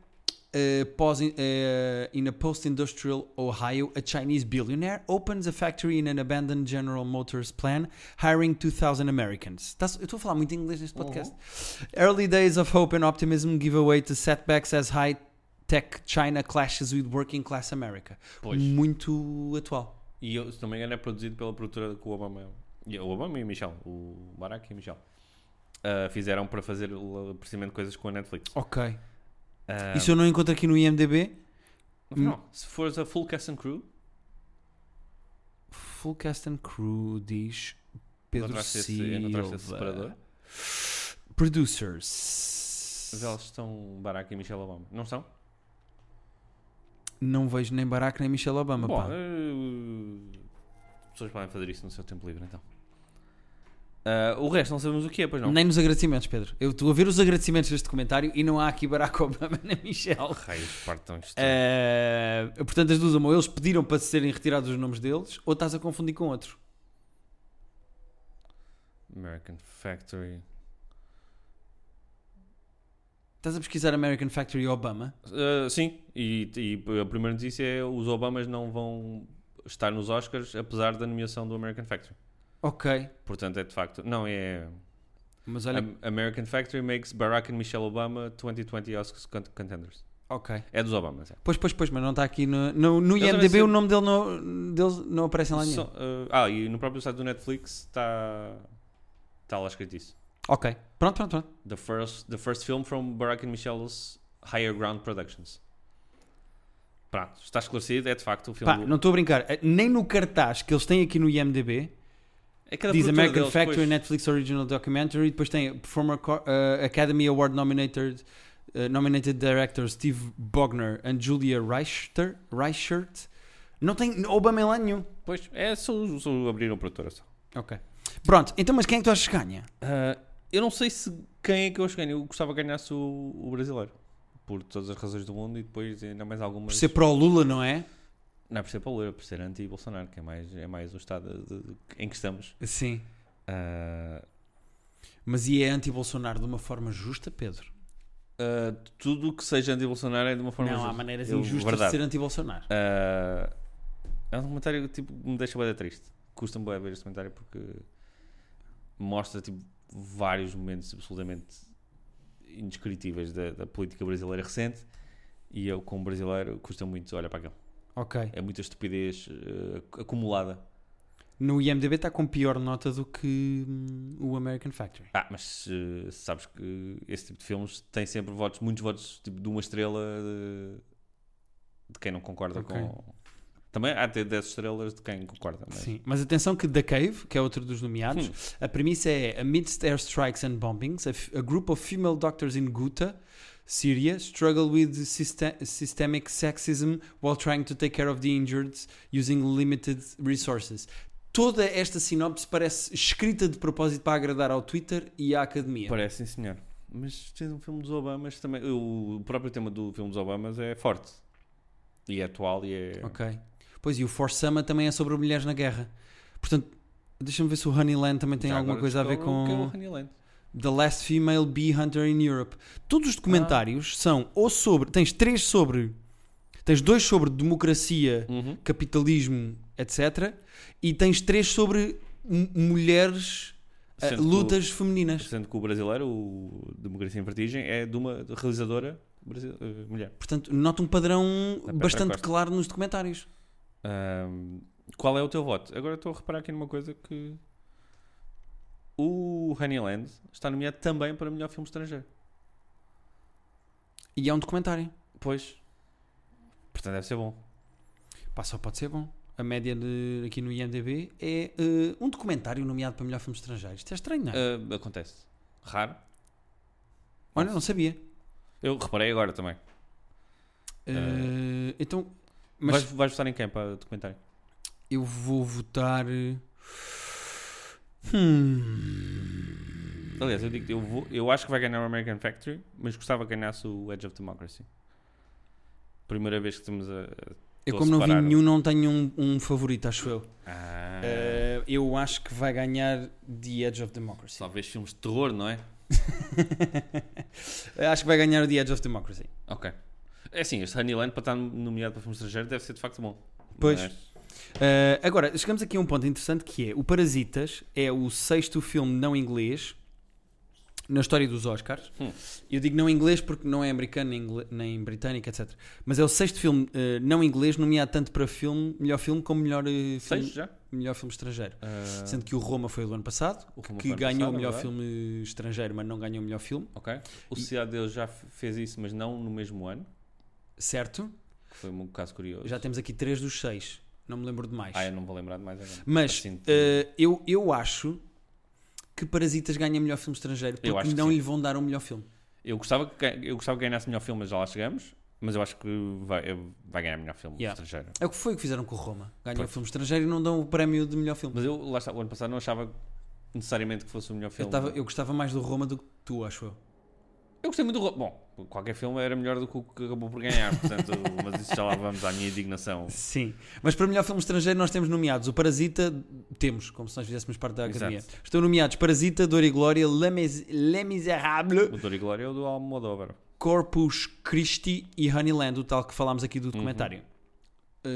eh, pós, eh, in a post-industrial Ohio, a Chinese billionaire opens a factory in an abandoned General Motors plant, hiring 2,000 Americans. Tá- eu estou a falar muito inglês neste podcast. Early days of hope and optimism give way to setbacks as high-tech China clashes with working-class America. Pois. Muito atual. E eu, se não me engano, é produzido pela produtora que o Obama, e- o Obama e o Michel, o Barack e o Michel, ah, fizeram para fazer o- precisamente coisas com a Netflix. Ok. Ah, Isso eu não encontro aqui no IMDb. mas não, se fores a Full Cast and Crew, Full cast and crew diz Pedro não trouxe esse, eu não trouxe esse separador. Silva. Producers. Mas elas estão Barack e Michelle Obama, não são? Não vejo nem Barack nem Michelle Obama. Bom, pá. eh, as pessoas podem fazer isso no seu tempo livre, então. Ah, o resto não sabemos o que é, pois não. Nem nos agradecimentos, Pedro. Eu estou a ver os agradecimentos deste comentário e não há aqui Barack Obama nem Michelle. Raios, partam isto. É. Eh, portanto, as duas, ou eles pediram para serem retirados os nomes deles, ou estás a confundir com outro. American Factory. Estás a pesquisar American Factory Obama? Ah, sim, e, e a primeira notícia é os Obamas não vão estar nos Oscars apesar da nomeação do American Factory. Ok. Portanto, é de facto. Não, é. Mas olha. Am- American Factory makes Barack and Michelle Obama 2020 Oscars cont- contenders. Ok. É dos Obamas, é. Pois, pois, pois, mas não está aqui no, no, no Eu também IMDB sei- o nome dele não, deles não aparece lá nenhum. Só, ah, ah, e no próprio site do Netflix está tá lá escrito isso. Ok. Pronto, pronto, pronto. The first, the first film from Barack and Michelle's Higher Ground Productions. Pronto, está esclarecido, é de facto o filme. Pá, do... não estou a brincar. Eh, Nem no cartaz que eles têm aqui no IMDB É cada diz produtora American deles, Factory né? pois. Netflix Original Documentary. Depois tem Former Co- eh, Academy Award nominated, eh, nominated Director Steve Bogner and Julia Reichert. Reichert. Não tem Obama em lá nenhum. Pois, é só, só abrir uma produtora só. Ok. Pronto, então, mas quem é que tu achas que ganha? Ah, eu não sei se quem é que eu acho que ganha. Eu gostava que ganhasse o, o brasileiro. Por todas as razões do mundo e depois ainda mais Por algumas. ser pró-Lula, não é? Não é por ser pauleiro, é por ser anti-Bolsonaro, que é mais, é mais o estado de- de- em que estamos. Sim. Ah, Mas e é anti-Bolsonaro de uma forma justa, Pedro? ah, tudo o que seja anti-Bolsonaro é de uma forma. não, há justa. maneiras Eu- injustas verdade. de ser anti-Bolsonaro. Ah, é um documentário que tipo, me deixa bem triste. Custa-me bem ver este documentário porque mostra tipo, vários momentos absolutamente indescritíveis da, da política brasileira recente. E eu, como brasileiro, custa muito olhar para aquilo. Ok. É muita estupidez eh, acumulada. No IMDB está com pior nota do que hum, o American Factory. Ah, mas eh, sabes que esse tipo de filmes tem sempre votos, muitos votos tipo, de uma estrela de, de quem não concorda Ok. com. Também há até 10 estrelas de quem concorda. Mas... Sim. Mas atenção que The Cave, que é outro dos nomeados, Hum. a premissa é Amidst airstrikes and bombings, a, f- a group of female doctors in Ghouta, Syria, struggle with syste- systemic sexism while trying to take care of the injured using limited resources. Toda esta sinopse parece escrita de propósito para agradar ao Twitter e à academia. Parece, sim, senhor. Mas tens um filme dos Obamas também. O próprio tema do filme dos Obamas é forte. E é atual e é. Ok. Pois, e o For Summer também é sobre mulheres na guerra. Portanto, deixa-me ver se o Honeyland também tem Já alguma agora coisa a ver descobre o que é o com Honeyland. The Last Female Bee Hunter in Europe. Todos os Ah. documentários são ou sobre. Tens três sobre. Tens dois sobre democracia, Uhum. capitalismo, etc. E tens três sobre m- mulheres, eh, Sendo que o- lutas femininas. Sendo que o brasileiro, o Democracia em Vertigem, é de uma realizadora brasi- eh, mulher. Portanto, nota um padrão Pedra bastante Costa. claro nos documentários. Ahm, qual é o teu voto? Agora estou a reparar aqui numa coisa que o Honeyland está nomeado também para melhor filme estrangeiro. E é um documentário. Pois. Portanto, deve ser bom. Pá, só pode ser bom. A média de- aqui no IMDB é eh, um documentário nomeado para melhor filme estrangeiro. Isto é estranho, não é? Ah, acontece. Raro. Olha, não sabia. Eu reparei agora também. Eh, então, mas Vais, vais votar em quem para documentário? eu vou votar. eh, Hum. Aliás, eu digo eu, vou, eu acho que vai ganhar o American Factory, mas gostava que ganhasse o Edge of Democracy. Primeira vez que estamos a. Eu, Tô a como não vi separar o- nenhum, não tenho um, um favorito, acho eu. Ah, Eh, eu acho que vai ganhar The Edge of Democracy. talvez filmes de terror, não é? Eh, acho que vai ganhar o The Edge of Democracy. Ok. É assim, este Honeyland para estar nomeado para filme estrangeiro deve ser de facto bom. é? Pois. Mas- Uh, agora, chegamos aqui a um ponto interessante que é o Parasitas é o sexto filme não inglês na história dos Oscars. Hum. Eu digo não inglês porque não é americano nem, ingle- nem britânico, etc. Mas é o sexto filme uh, não inglês nomeado tanto para filme, melhor filme como melhor, uh, filme, Seis já? melhor filme estrangeiro. Ah, Sendo que o Roma foi o do ano passado, o Roma que foi ano ganhou passado, é o melhor verdade? filme estrangeiro, mas não ganhou o melhor filme, Ok. O E- Sociedade Deus já f- fez isso, mas não no mesmo ano. certo? que Foi um caso curioso. Já temos aqui três dos seis, não me lembro de mais. Ah, eu não vou lembrar de mais agora. Mas Assim, eh, eu, eu acho que Parasitas ganha melhor filme estrangeiro Eu porque acho que não sim. lhe vão dar o melhor filme. Eu gostava que, ga- eu gostava que ganhasse melhor filme, mas já lá chegamos. Mas eu acho que vai, vai ganhar melhor filme Yeah. estrangeiro. É o que foi que fizeram com o Roma. Ganham o Pois. filme estrangeiro e não dão o prémio de melhor filme. Mas eu, lá está, o ano passado não achava necessariamente que fosse o melhor Eu, filme. tava- eu gostava mais do Roma do que tu, acho eu. Eu gostei muito do Roma. Bom, Qualquer filme era melhor do que o que acabou por ganhar, portanto, mas isso já lá vamos à minha indignação. Sim, mas para melhor filme estrangeiro nós temos nomeados o Parasita, temos, como se nós fizéssemos parte da Exato. academia. Estão nomeados Parasita, Dor e Glória, Les, Mis Les Miserables, O Dor e Glória é o do Almodóvar. Corpus Christi e Honeyland, o tal que falámos aqui do documentário. Hum,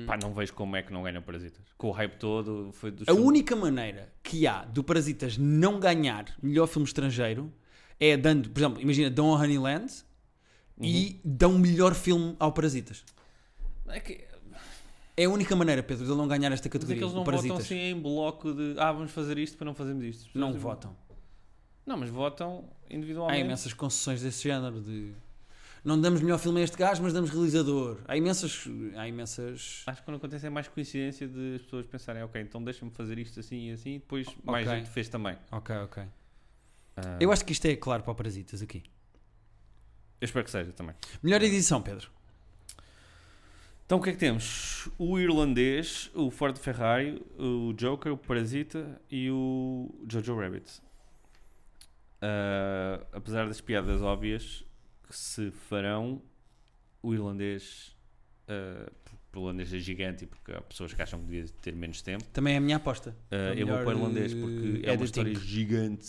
Uhum. Pá, não vejo como é que não ganham Parasitas. Com o hype todo, foi dos a filmes- única maneira que há do Parasitas não ganhar melhor filme estrangeiro é dando, por exemplo, imagina, dão a Honeyland e Uhum. dão melhor filme ao Parasitas. É que, É a única maneira, Pedro, de ele não ganhar mas esta é categoria. que eles o não Parasitas. votam assim em bloco de ah, vamos fazer isto para não fazermos isto. As pessoas Não votam. Não, mas votam Há individualmente. imensas concessões desse género de não damos melhor filme a este gajo, mas damos realizador. Há imensas. Há imensas. Acho que quando acontece é mais coincidência de as pessoas pensarem, ok, então deixa-me fazer isto assim e assim, e depois mais Ok. gente fez também. Ok, ok. Ah, Eu acho que isto é claro para o Parasitas aqui. eu espero que seja também. Melhor edição, Pedro. Então o que é que temos? O irlandês, o Ford Ferrari, o Joker, o Parasita e o Jojo Rabbit. Ah, apesar das piadas óbvias que se farão, o irlandês, ah, porque o irlandês é gigante e porque há pessoas que acham que devia ter menos tempo. Também é a minha aposta. Ah, É o eu vou melhor, eh, para o irlandês porque é uma editing. história gigante,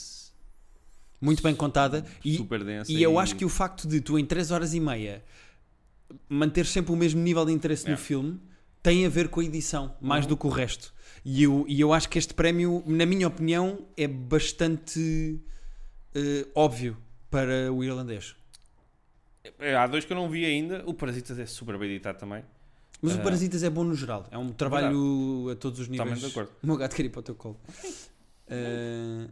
Muito bem contada. E, super densa. e eu acho que o facto de tu, em 3 horas e meia, manter sempre o mesmo nível de interesse Yeah. no filme tem a ver com a edição, Uhum. mais do que o resto. E eu, e eu acho que este prémio, na minha opinião, é bastante eh, óbvio para o irlandês. É, Há dois que eu não vi ainda. O Parasitas é super bem editado também. Mas Ah. o Parasitas é bom no geral. É um trabalho a todos os níveis. Totalmente de acordo. O meu gato quer ir para o teu colo. Ah,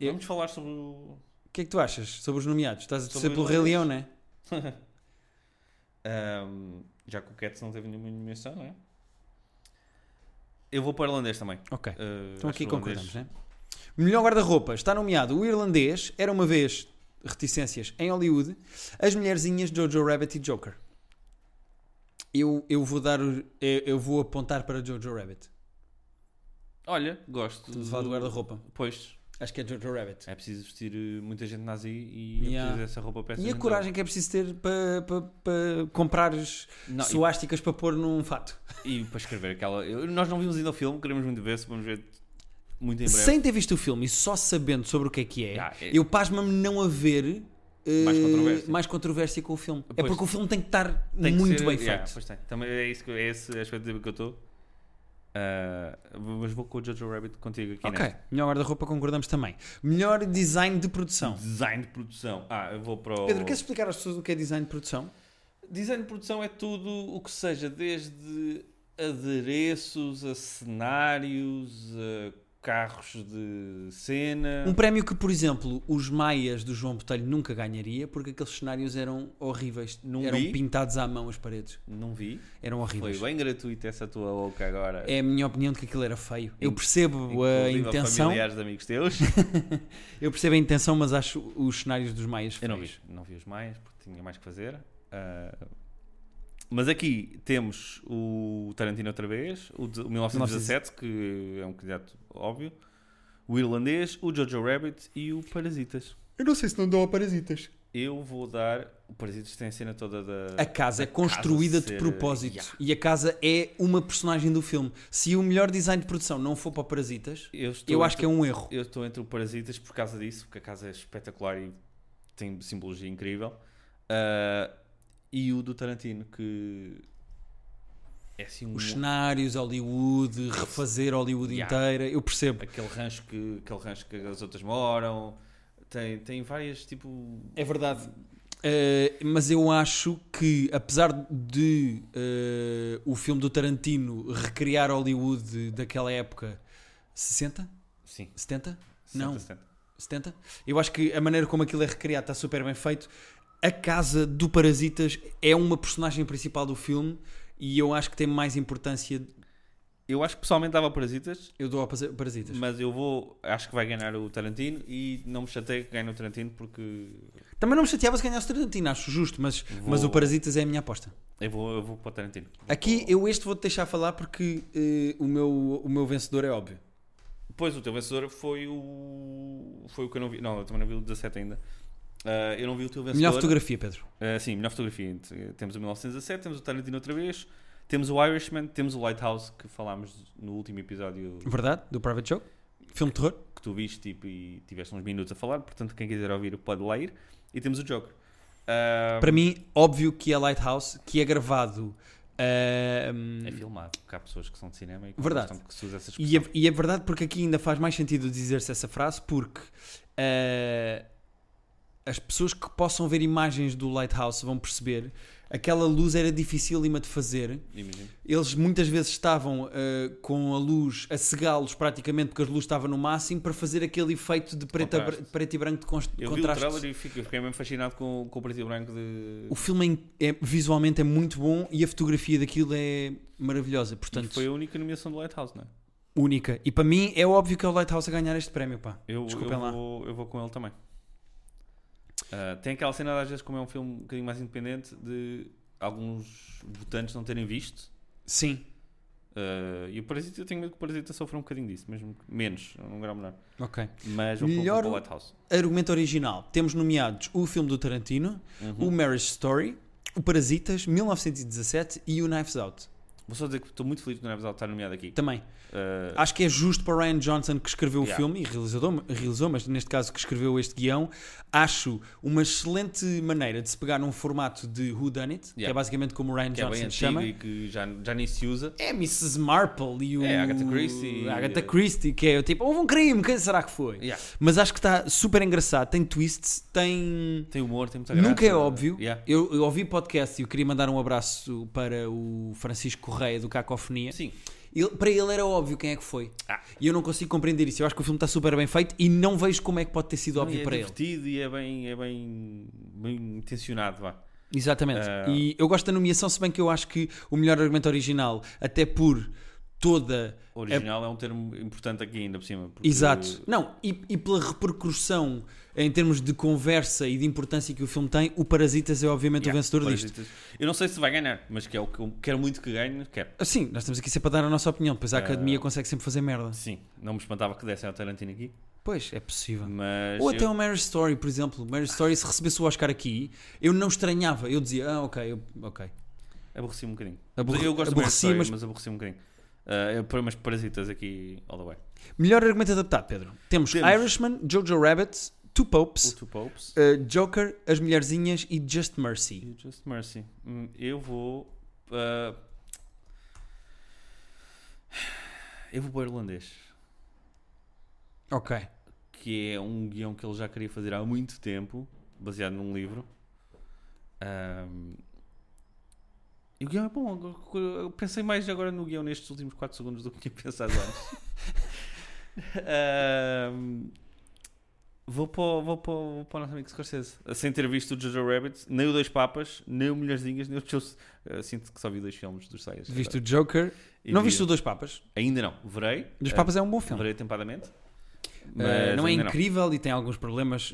Eu- Vamos falar sobre o. O que é que tu achas sobre os nomeados? Estás a Sobre torcer o pelo Rei irlandês. Leão, não é? Ahm, já que o Cats não teve nenhuma nomeação, não é? Eu vou para o irlandês também. Ok. Ah, Então acho aqui que o irlandês- concordamos, né? Melhor guarda-roupa está nomeado o irlandês, era uma vez reticências em Hollywood, as mulherzinhas Jojo Rabbit e Joker. Eu, eu vou dar o- eu, eu vou apontar para Jojo Rabbit. Olha, gosto. Estamos a falar do guarda-roupa. Pois. Acho que é Jojo Rabbit. É preciso vestir eh, muita gente nazi e é Yeah. preciso dessa roupa para essa E a gente coragem que é preciso ter para, para, para comprares toda. Não, suásticas para pôr num fato. um e, e para escrever aquela. eu- nós não vimos ainda o filme, queremos muito ver se vamos ver muito em breve. Sem ter visto o filme e só sabendo sobre o que é que é, Ah, é- eu pasmo-me não haver eh, Mais controvérsia. mais controvérsia com o filme. É Pois. porque o filme tem que estar Tem que muito ser- bem yeah, feito. pois tem. Também é, isso que, é esse aspecto que eu estou. Ah, mas vou com o Jojo Rabbit contigo aqui né? Ok, nesta. melhor guarda-roupa concordamos também. Melhor design de produção. Design de produção. Ah, eu vou para o. Pedro, queres explicar às pessoas o que é design de produção? Design de produção é tudo o que seja, desde adereços a cenários a carros de cena. Um prémio que, por exemplo, os maias do João Botelho nunca ganharia porque aqueles cenários eram horríveis. Não eram vi. pintados à mão as paredes. Não vi. Eram Foi horríveis. bem gratuito essa tua boca agora. É a minha opinião de que aquilo era feio. Eu In- percebo Inclusive a a intenção, familiares de amigos teus. eu percebo a intenção, mas acho os cenários dos maias Eu feios. não vi, não vi os mais, porque tinha mais que fazer. Ah, mas aqui temos o Tarantino outra vez, o, de- o 1917, que é um candidato óbvio, o Irlandês, o Jojo Rabbit e o Parasitas. Eu não sei se não dão a parasitas. Eu vou dar. O Parasitas tem a cena toda da. A casa é construída ser- eh, de propósito Yeah. e a casa é uma personagem do filme. Se o melhor design de produção não for para Parasitas, Eu, estou eu entre, acho que é um erro. eu estou entre o Parasitas por causa disso, porque a casa é espetacular e tem simbologia incrível. Ah, e o do Tarantino, que. É assim um. Os cenários, Hollywood, refazer Hollywood Yeah. inteira, eu percebo. Aquele rancho que, aquele rancho que as outras moram. Tem, tem várias, tipo. É verdade. Eh, mas eu acho que, apesar de eh, o filme do Tarantino recriar Hollywood daquela época, 60? Sim. 70? 60, Não. 70. 70? Eu acho que a maneira como aquilo é recriado está super bem feito. A casa do Parasitas é uma personagem principal do filme e eu acho que tem mais importância. Eu acho que pessoalmente dava Parasitas, Eu dou ao Pasa- Parasitas. mas eu vou. Acho que vai ganhar o Tarantino e não me chateio que ganhe o Tarantino porque Também não me chateava se ganhasse o Tarantino, acho justo, mas, Vou- mas o Parasitas é a minha aposta. Eu vou, eu vou para o Tarantino. Vou Aqui para eu este vou-te deixar falar porque eh, o, meu, o meu vencedor é óbvio. o- Pois o teu vencedor foi o. Foi o que eu não vi. Não, eu também não vi o 17 ainda. Ah, eu não vi o teu vencedor. Melhor fotografia, Pedro. Ah, sim, melhor fotografia. Entre- Temos o 1917, temos o Tarantino outra vez, temos o Irishman, temos o Lighthouse, que falámos no último episódio Verdade? Do Private Show? Filme de terror? que tu viste tipo, e tiveste uns minutos a falar, portanto quem quiser ouvir pode lá ir. E temos o Joker. Ah, Para mim, óbvio que é Lighthouse, que é gravado. eh, hum, ahm, É filmado, porque há pessoas que são de cinema e que Verdade. gostam que se usa essas coisas. E é, e é verdade porque aqui ainda faz mais sentido dizer-se essa frase porque eh, as pessoas que possam ver imagens do Lighthouse vão perceber aquela luz era dificílima de fazer. Imagino. Eles muitas vezes estavam eh, com a luz a cegá-los praticamente porque a luz estava no máximo para fazer aquele efeito de preto, a br- Contraste. preto e branco de const- Eu contraste. vi o trailer e fiquei, eu fiquei mesmo fascinado com, com o preto e branco de. O filme é, é- visualmente é muito bom e a fotografia daquilo é maravilhosa, E portanto, foi a única nomeação do Lighthouse, não é? única. E para mim é óbvio que é o Lighthouse a ganhar este prémio, pá. Eu, Desculpem eu lá. Vou, eu vou com ele também. Ah, tem aquela cena, às vezes, como é um filme um bocadinho mais independente, de alguns votantes não terem visto. Sim. Ah, e o Parasita, eu tenho medo que o Parasita sofra um bocadinho disso, mesmo que- menos, um grau menor. Ok. Mas vou Melhor- para o Lighthouse. Argumento original. Temos nomeados o filme do Tarantino, Uhum. o Marriage Story, o Parasitas, 1917 e o Knives Out. Vou só dizer que estou muito feliz do Neves estar nomeado aqui. Também. Ah, Acho que é justo para Ryan Johnson que escreveu Yeah. o filme e realizou, realizou, mas neste caso que escreveu este guião. Acho uma excelente maneira de se pegar num formato de Who Done It, que é Yeah. basicamente como o Ryan que é bem Johnson antigo chama. e que já, já nem se usa. É Mrs. Marple e o É, Agatha Christie. Agatha Christie, que é o tipo, houve um crime, quem será que foi? Yeah. Mas acho que está super engraçado, tem twists, tem Tem humor, tem muita graça. Nunca é óbvio. Yeah. Eu, eu ouvi podcast e eu queria mandar um abraço para o Francisco Correia do Cacofonia. Sim. Ele- para ele era óbvio quem é que foi. Ah. E eu não consigo compreender isso. Eu acho que o filme está super bem feito e não vejo como é que pode ter sido óbvio e é para ele. divertido e é bem, é bem, bem intencionado, vá. Exatamente. Ah. E eu gosto da nomeação, se bem que eu acho que o melhor argumento original, até por toda. Original é... um termo importante aqui ainda por cima. porque- Exato. Não, e, e pela repercussão em termos de conversa e de importância que o filme tem, o Parasitas é obviamente Yeah, o vencedor disto. Parasitas. Eu não sei se vai ganhar, mas que é o que eu quero muito que é, ganhe, quero. Sim, nós estamos aqui sempre para dar a nossa opinião, pois Eh, a academia consegue sempre fazer merda. Sim, não me espantava que dessem ao Tarantino aqui, Pois, é possível. mas Ou então eu- até o Marriage Story, por exemplo. O Marriage Story, se recebesse o Oscar aqui, eu não estranhava. Eu dizia, ah, ok, eu- ok. aborreci um bocadinho. Aborre- Eu gosto de aborreci, Marriage Story, mas- mas aborreci um bocadinho. Ah, eu ponho umas parasitas aqui all the way. Melhor argumento adaptado, Pedro. Temos, Temos. Irishman, Jojo Rabbit, Two O Popes, Two Popes eh, Joker, As Mulherzinhas e Just Mercy. e o Just Mercy. Hum, Eu vou. ah, Eu vou para o irlandês. Ok. que é um guião que ele já queria fazer há muito tempo, baseado num livro. Ahm, e o guião é bom. agora- Eu pensei mais agora no guião nestes últimos 4 segundos do que tinha pensado antes. Ahm, vou para o vou para o- vou para o nosso amigo Scorsese. Sem ter visto o Jojo Rabbit, nem o Dois Papas, nem o Mulherzinhas, nem o Chelsea. Eu Sinto que só vi dois filmes dos seis. Viste o Joker. E não vi- viste o Dois Papas? Ainda não. Verei. Dois Ah, Papas é um bom filme. Verei atempadamente. Eh, não é ainda incrível e tem alguns problemas.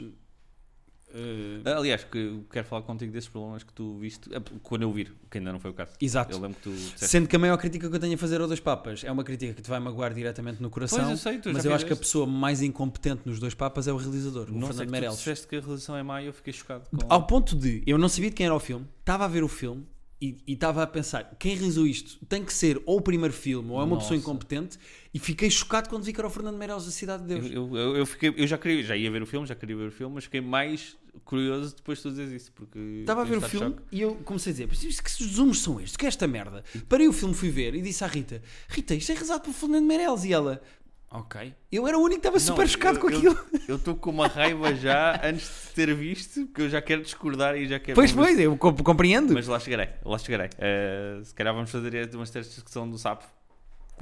eh, Aliás, que eu quero falar contigo desses problemas que tu viste eh, quando eu vir, que ainda não foi o caso. exato. Eu lembro que tu disseste. Sendo que a maior crítica que eu tenho a fazer ao Dois Papas é uma crítica que te vai magoar diretamente no coração. Pois eu sei, tu já Mas eu acho que a fizeste. pessoa mais incompetente nos dois papas é o realizador, o Não sei Fernando que tipo tu Meirelles. disseste que a relação é má e eu fiquei chocado. Com... Ao ponto de eu não sabia de quem era o filme, estava a ver o filme e e estava a pensar: quem realizou isto tem que ser ou o primeiro filme ou é uma pessoa Nossa. incompetente. E fiquei chocado quando vi que era o Fernando Meirelles da Cidade de Deus. Eu, eu, eu- eu fiquei, eu já queria, já ia ver o filme, já queria ver o filme, mas fiquei mais curioso depois de tu dizes isso, porque Estava a ver o tens estado filme de choque. e eu comecei a dizer: "Mas isto- que resumos são estes? O que é esta merda? Parei o filme, fui ver e disse à Rita: Rita, isto é rezado pelo Fernando Meirelles. E ela: Ok. Eu era o único que estava super Não, chocado eu- com eu- aquilo. Eu estou com uma raiva já antes de ter visto, porque eu já quero discordar e já quero. Pois, convencer- pois, eu comp- compreendo. Mas lá chegarei, lá chegarei. Eh, se calhar vamos fazer umas testes de discussão do sapo.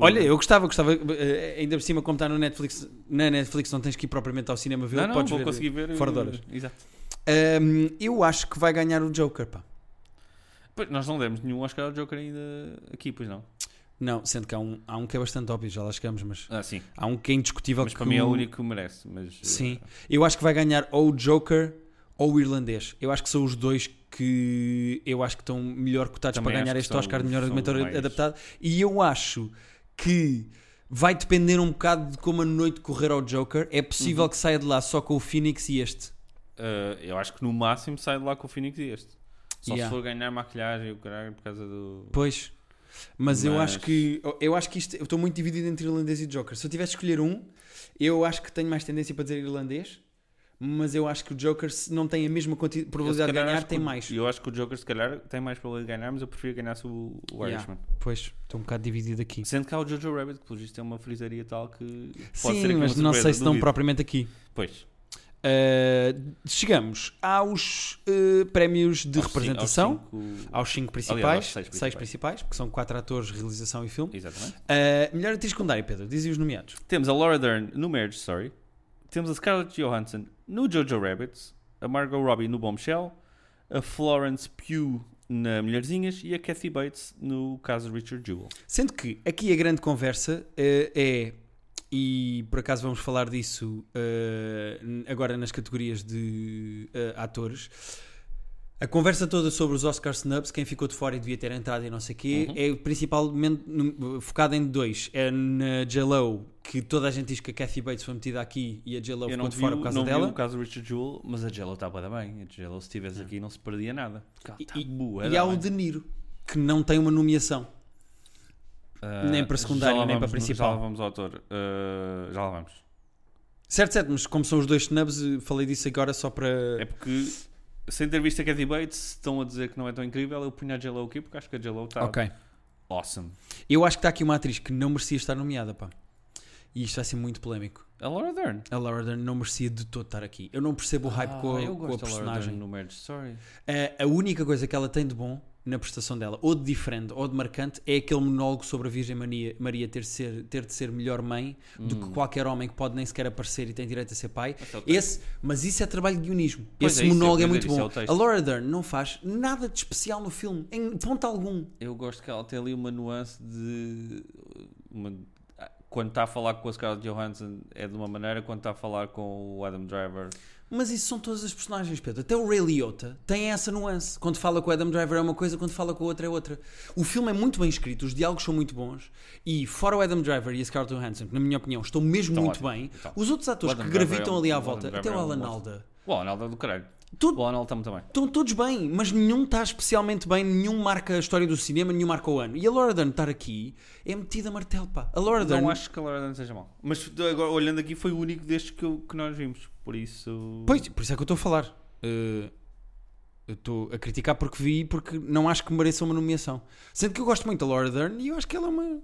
Olha, eu gostava, gostava, eh, ainda por cima, como está no Netflix, na Netflix não tens que ir propriamente ao cinema ver, não, não, podes vou ver conseguir ver. fora de eh, horas. Exato. Ahm, eu acho que vai ganhar o Joker, pá. Pois, nós não demos nenhum Oscar ao Joker ainda aqui, pois não? Não, sendo que há um, há um que é bastante óbvio, já lá chegamos, mas Ah, sim. há um que é indiscutível Mas que para mim é o único que merece. Mas, eh, Sim, eu acho que vai ganhar ou o Joker ou o Irlandês. Eu acho que são os dois que eu acho que estão melhor cotados Também para ganhar acho que este são Oscar de os- melhor são os argumento mais. adaptado. E eu acho que vai Uhum. depender um bocado de como a noite correr ao Joker. É possível que saia de lá só com o Phoenix e este. eh, eh, eu acho que no máximo sai de lá com o Phoenix e este. Só Yeah. se for ganhar maquilhagem e o caralho por causa do. Pois. Mas, eu Mas- acho que eu- eu acho que isto eu estou muito dividido entre irlandês e Joker. Se eu tivesse de escolher um, eu acho que tenho mais tendência para dizer irlandês, mas eu acho que o Joker se não tem a mesma quanti- Eu, se probabilidade de calhar, ganhar, acho que tem o- mais. Eu acho que o Joker, se calhar, tem mais probabilidade de ganhar, mas eu prefiro ganhar se o, o Yeah. Irishman. Pois, estou um bocado dividido aqui. Sendo que há o Jojo Rabbit, que pelo visto tem uma frisaria tal que. pode ser Sim, aqui uma mas não surpresa, sei se estão duvido. propriamente aqui. Pois. Uh, chegamos aos uh, prémios de Aos cin- representação, aos cinco- aos cinco principais, Aliás, aos seis seis, principais. principais, porque são quatro atores, realização e filme. Exatamente. Uh, melhor atriz secundária, Pedro, dizem os nomeados. Temos a Laura Dern no Marriage Story. Temos a Scarlett Johansson no Jojo Rabbit. A Margot Robbie no Bombshell. A Florence Pugh na Mulherzinhas. E a Kathy Bates no caso de Richard Jewell. Sendo que aqui a grande conversa eh, é, e por acaso vamos falar disso eh, n- agora nas categorias de eh, atores, a conversa toda sobre os Oscar snubs, quem ficou de fora e devia ter entrado e não sei o quê, Uhum. é principalmente num- focada em dois. É na J.Lo, que toda a gente diz que a Kathy Bates foi metida aqui e a J.Lo Eu ficou não de vi, fora o- por causa não vi dela. o caso do Richard Jewell, mas a Jello está bué da bem. A Jello, se estivesse aqui, não se perdia nada. Porque ela E- tá bué e da há o bem. De Niro, que não tem uma nomeação. Ah, nem para secundário, já lá nem para vamos no- principal. Já lá vamos ao autor. Ah, já lá vamos. Certo, certo, mas como são os dois snubs, eh, falei disso agora só para... É porque, sem ter visto a Kathy Bates, estão a dizer que não é tão incrível. Eu punho a Jello aqui porque acho que a Jello está Ok. awesome. Eu acho que está aqui uma atriz que não merecia estar nomeada, pá. E isto vai ser muito polémico. A Laura Dern. A Laura Dern não merecia de todo estar aqui. Eu não percebo o hype Ah, com a, eu com a gosto da Laura Dern personagem. no Marriage Story. A, a única coisa que ela tem de bom na prestação dela, ou de diferente, ou de marcante, é aquele monólogo sobre a Virgem Maria, Maria ter, de ser, ter de ser melhor mãe do Hum. que qualquer homem que pode nem sequer aparecer e tem direito a ser pai. ela tem. Esse, mas isso é trabalho de guionismo. Pois Esse é, isso monólogo eu é ia muito dizer, bom. isso é o texto. a Laura Dern não faz nada de especial no filme, em ponto algum. Eu gosto que ela tem ali uma nuance de. uma- quando está a falar com a Scarlett Johansson é de uma maneira, quando está a falar com o Adam Driver. Mas isso são todas as personagens, Pedro. Até o Ray Liotta tem essa nuance. Quando fala com o Adam Driver é uma coisa, quando fala com o outro é outra. O filme é muito bem escrito, os diálogos são muito bons. E fora o Adam Driver e a Scarlett Johansson, que na minha opinião estão mesmo Estão muito ótimo, bem, estão. os outros O atores Adam que Driver gravitam é um- ali o à Adam volta, Driver até o é um Alan monstro. Alda, O Arnold é do caralho. Tudo- O Arnold está também. estão todos bem, mas nenhum está especialmente bem, nenhum marca a história do cinema, nenhum marca o ano. E a Laura Dern estar aqui é metida a martelo, pá. A Laura Dern... Não acho que a Laura Dern seja mal. Mas agora, olhando aqui, foi o único destes que, eu- que nós vimos. Por isso. Pois, por isso é que eu estou a falar. Eh, eu estou a criticar porque vi e porque não acho que mereça uma nomeação. Sendo que eu gosto muito da Laura Dern e eu acho que ela é uma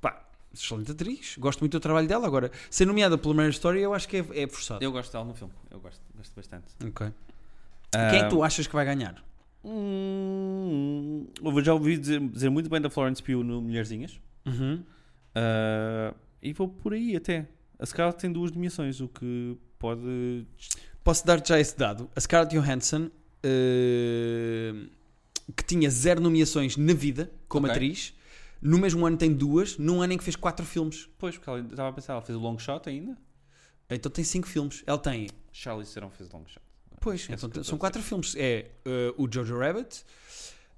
Pá, excelente atriz. Gosto muito do trabalho dela. Agora, ser nomeada pela Marriage Story eu acho que é, é forçado. eu gosto dela no filme. Eu gosto, gosto bastante. Ok. Quem é Ah. que tu achas que vai ganhar? Hum, eu já ouvi dizer, dizer muito bem da Florence Pugh no Mulherzinhas. Ah, e vou por aí até. A Scarlett tem duas nomeações, o que pode. Posso dar já esse dado. A Scarlett Johansson, eh, que tinha zero nomeações na vida como Ok. atriz, no mesmo ano tem duas, num ano em que fez quatro filmes. Pois, porque ela estava a pensar, ela fez o long shot ainda. Então tem cinco filmes. Ela tem Charlie Serão fez o long shot. Pois, É então isso que eu estou são a quatro filmes. É uh, o Jojo Rabbit.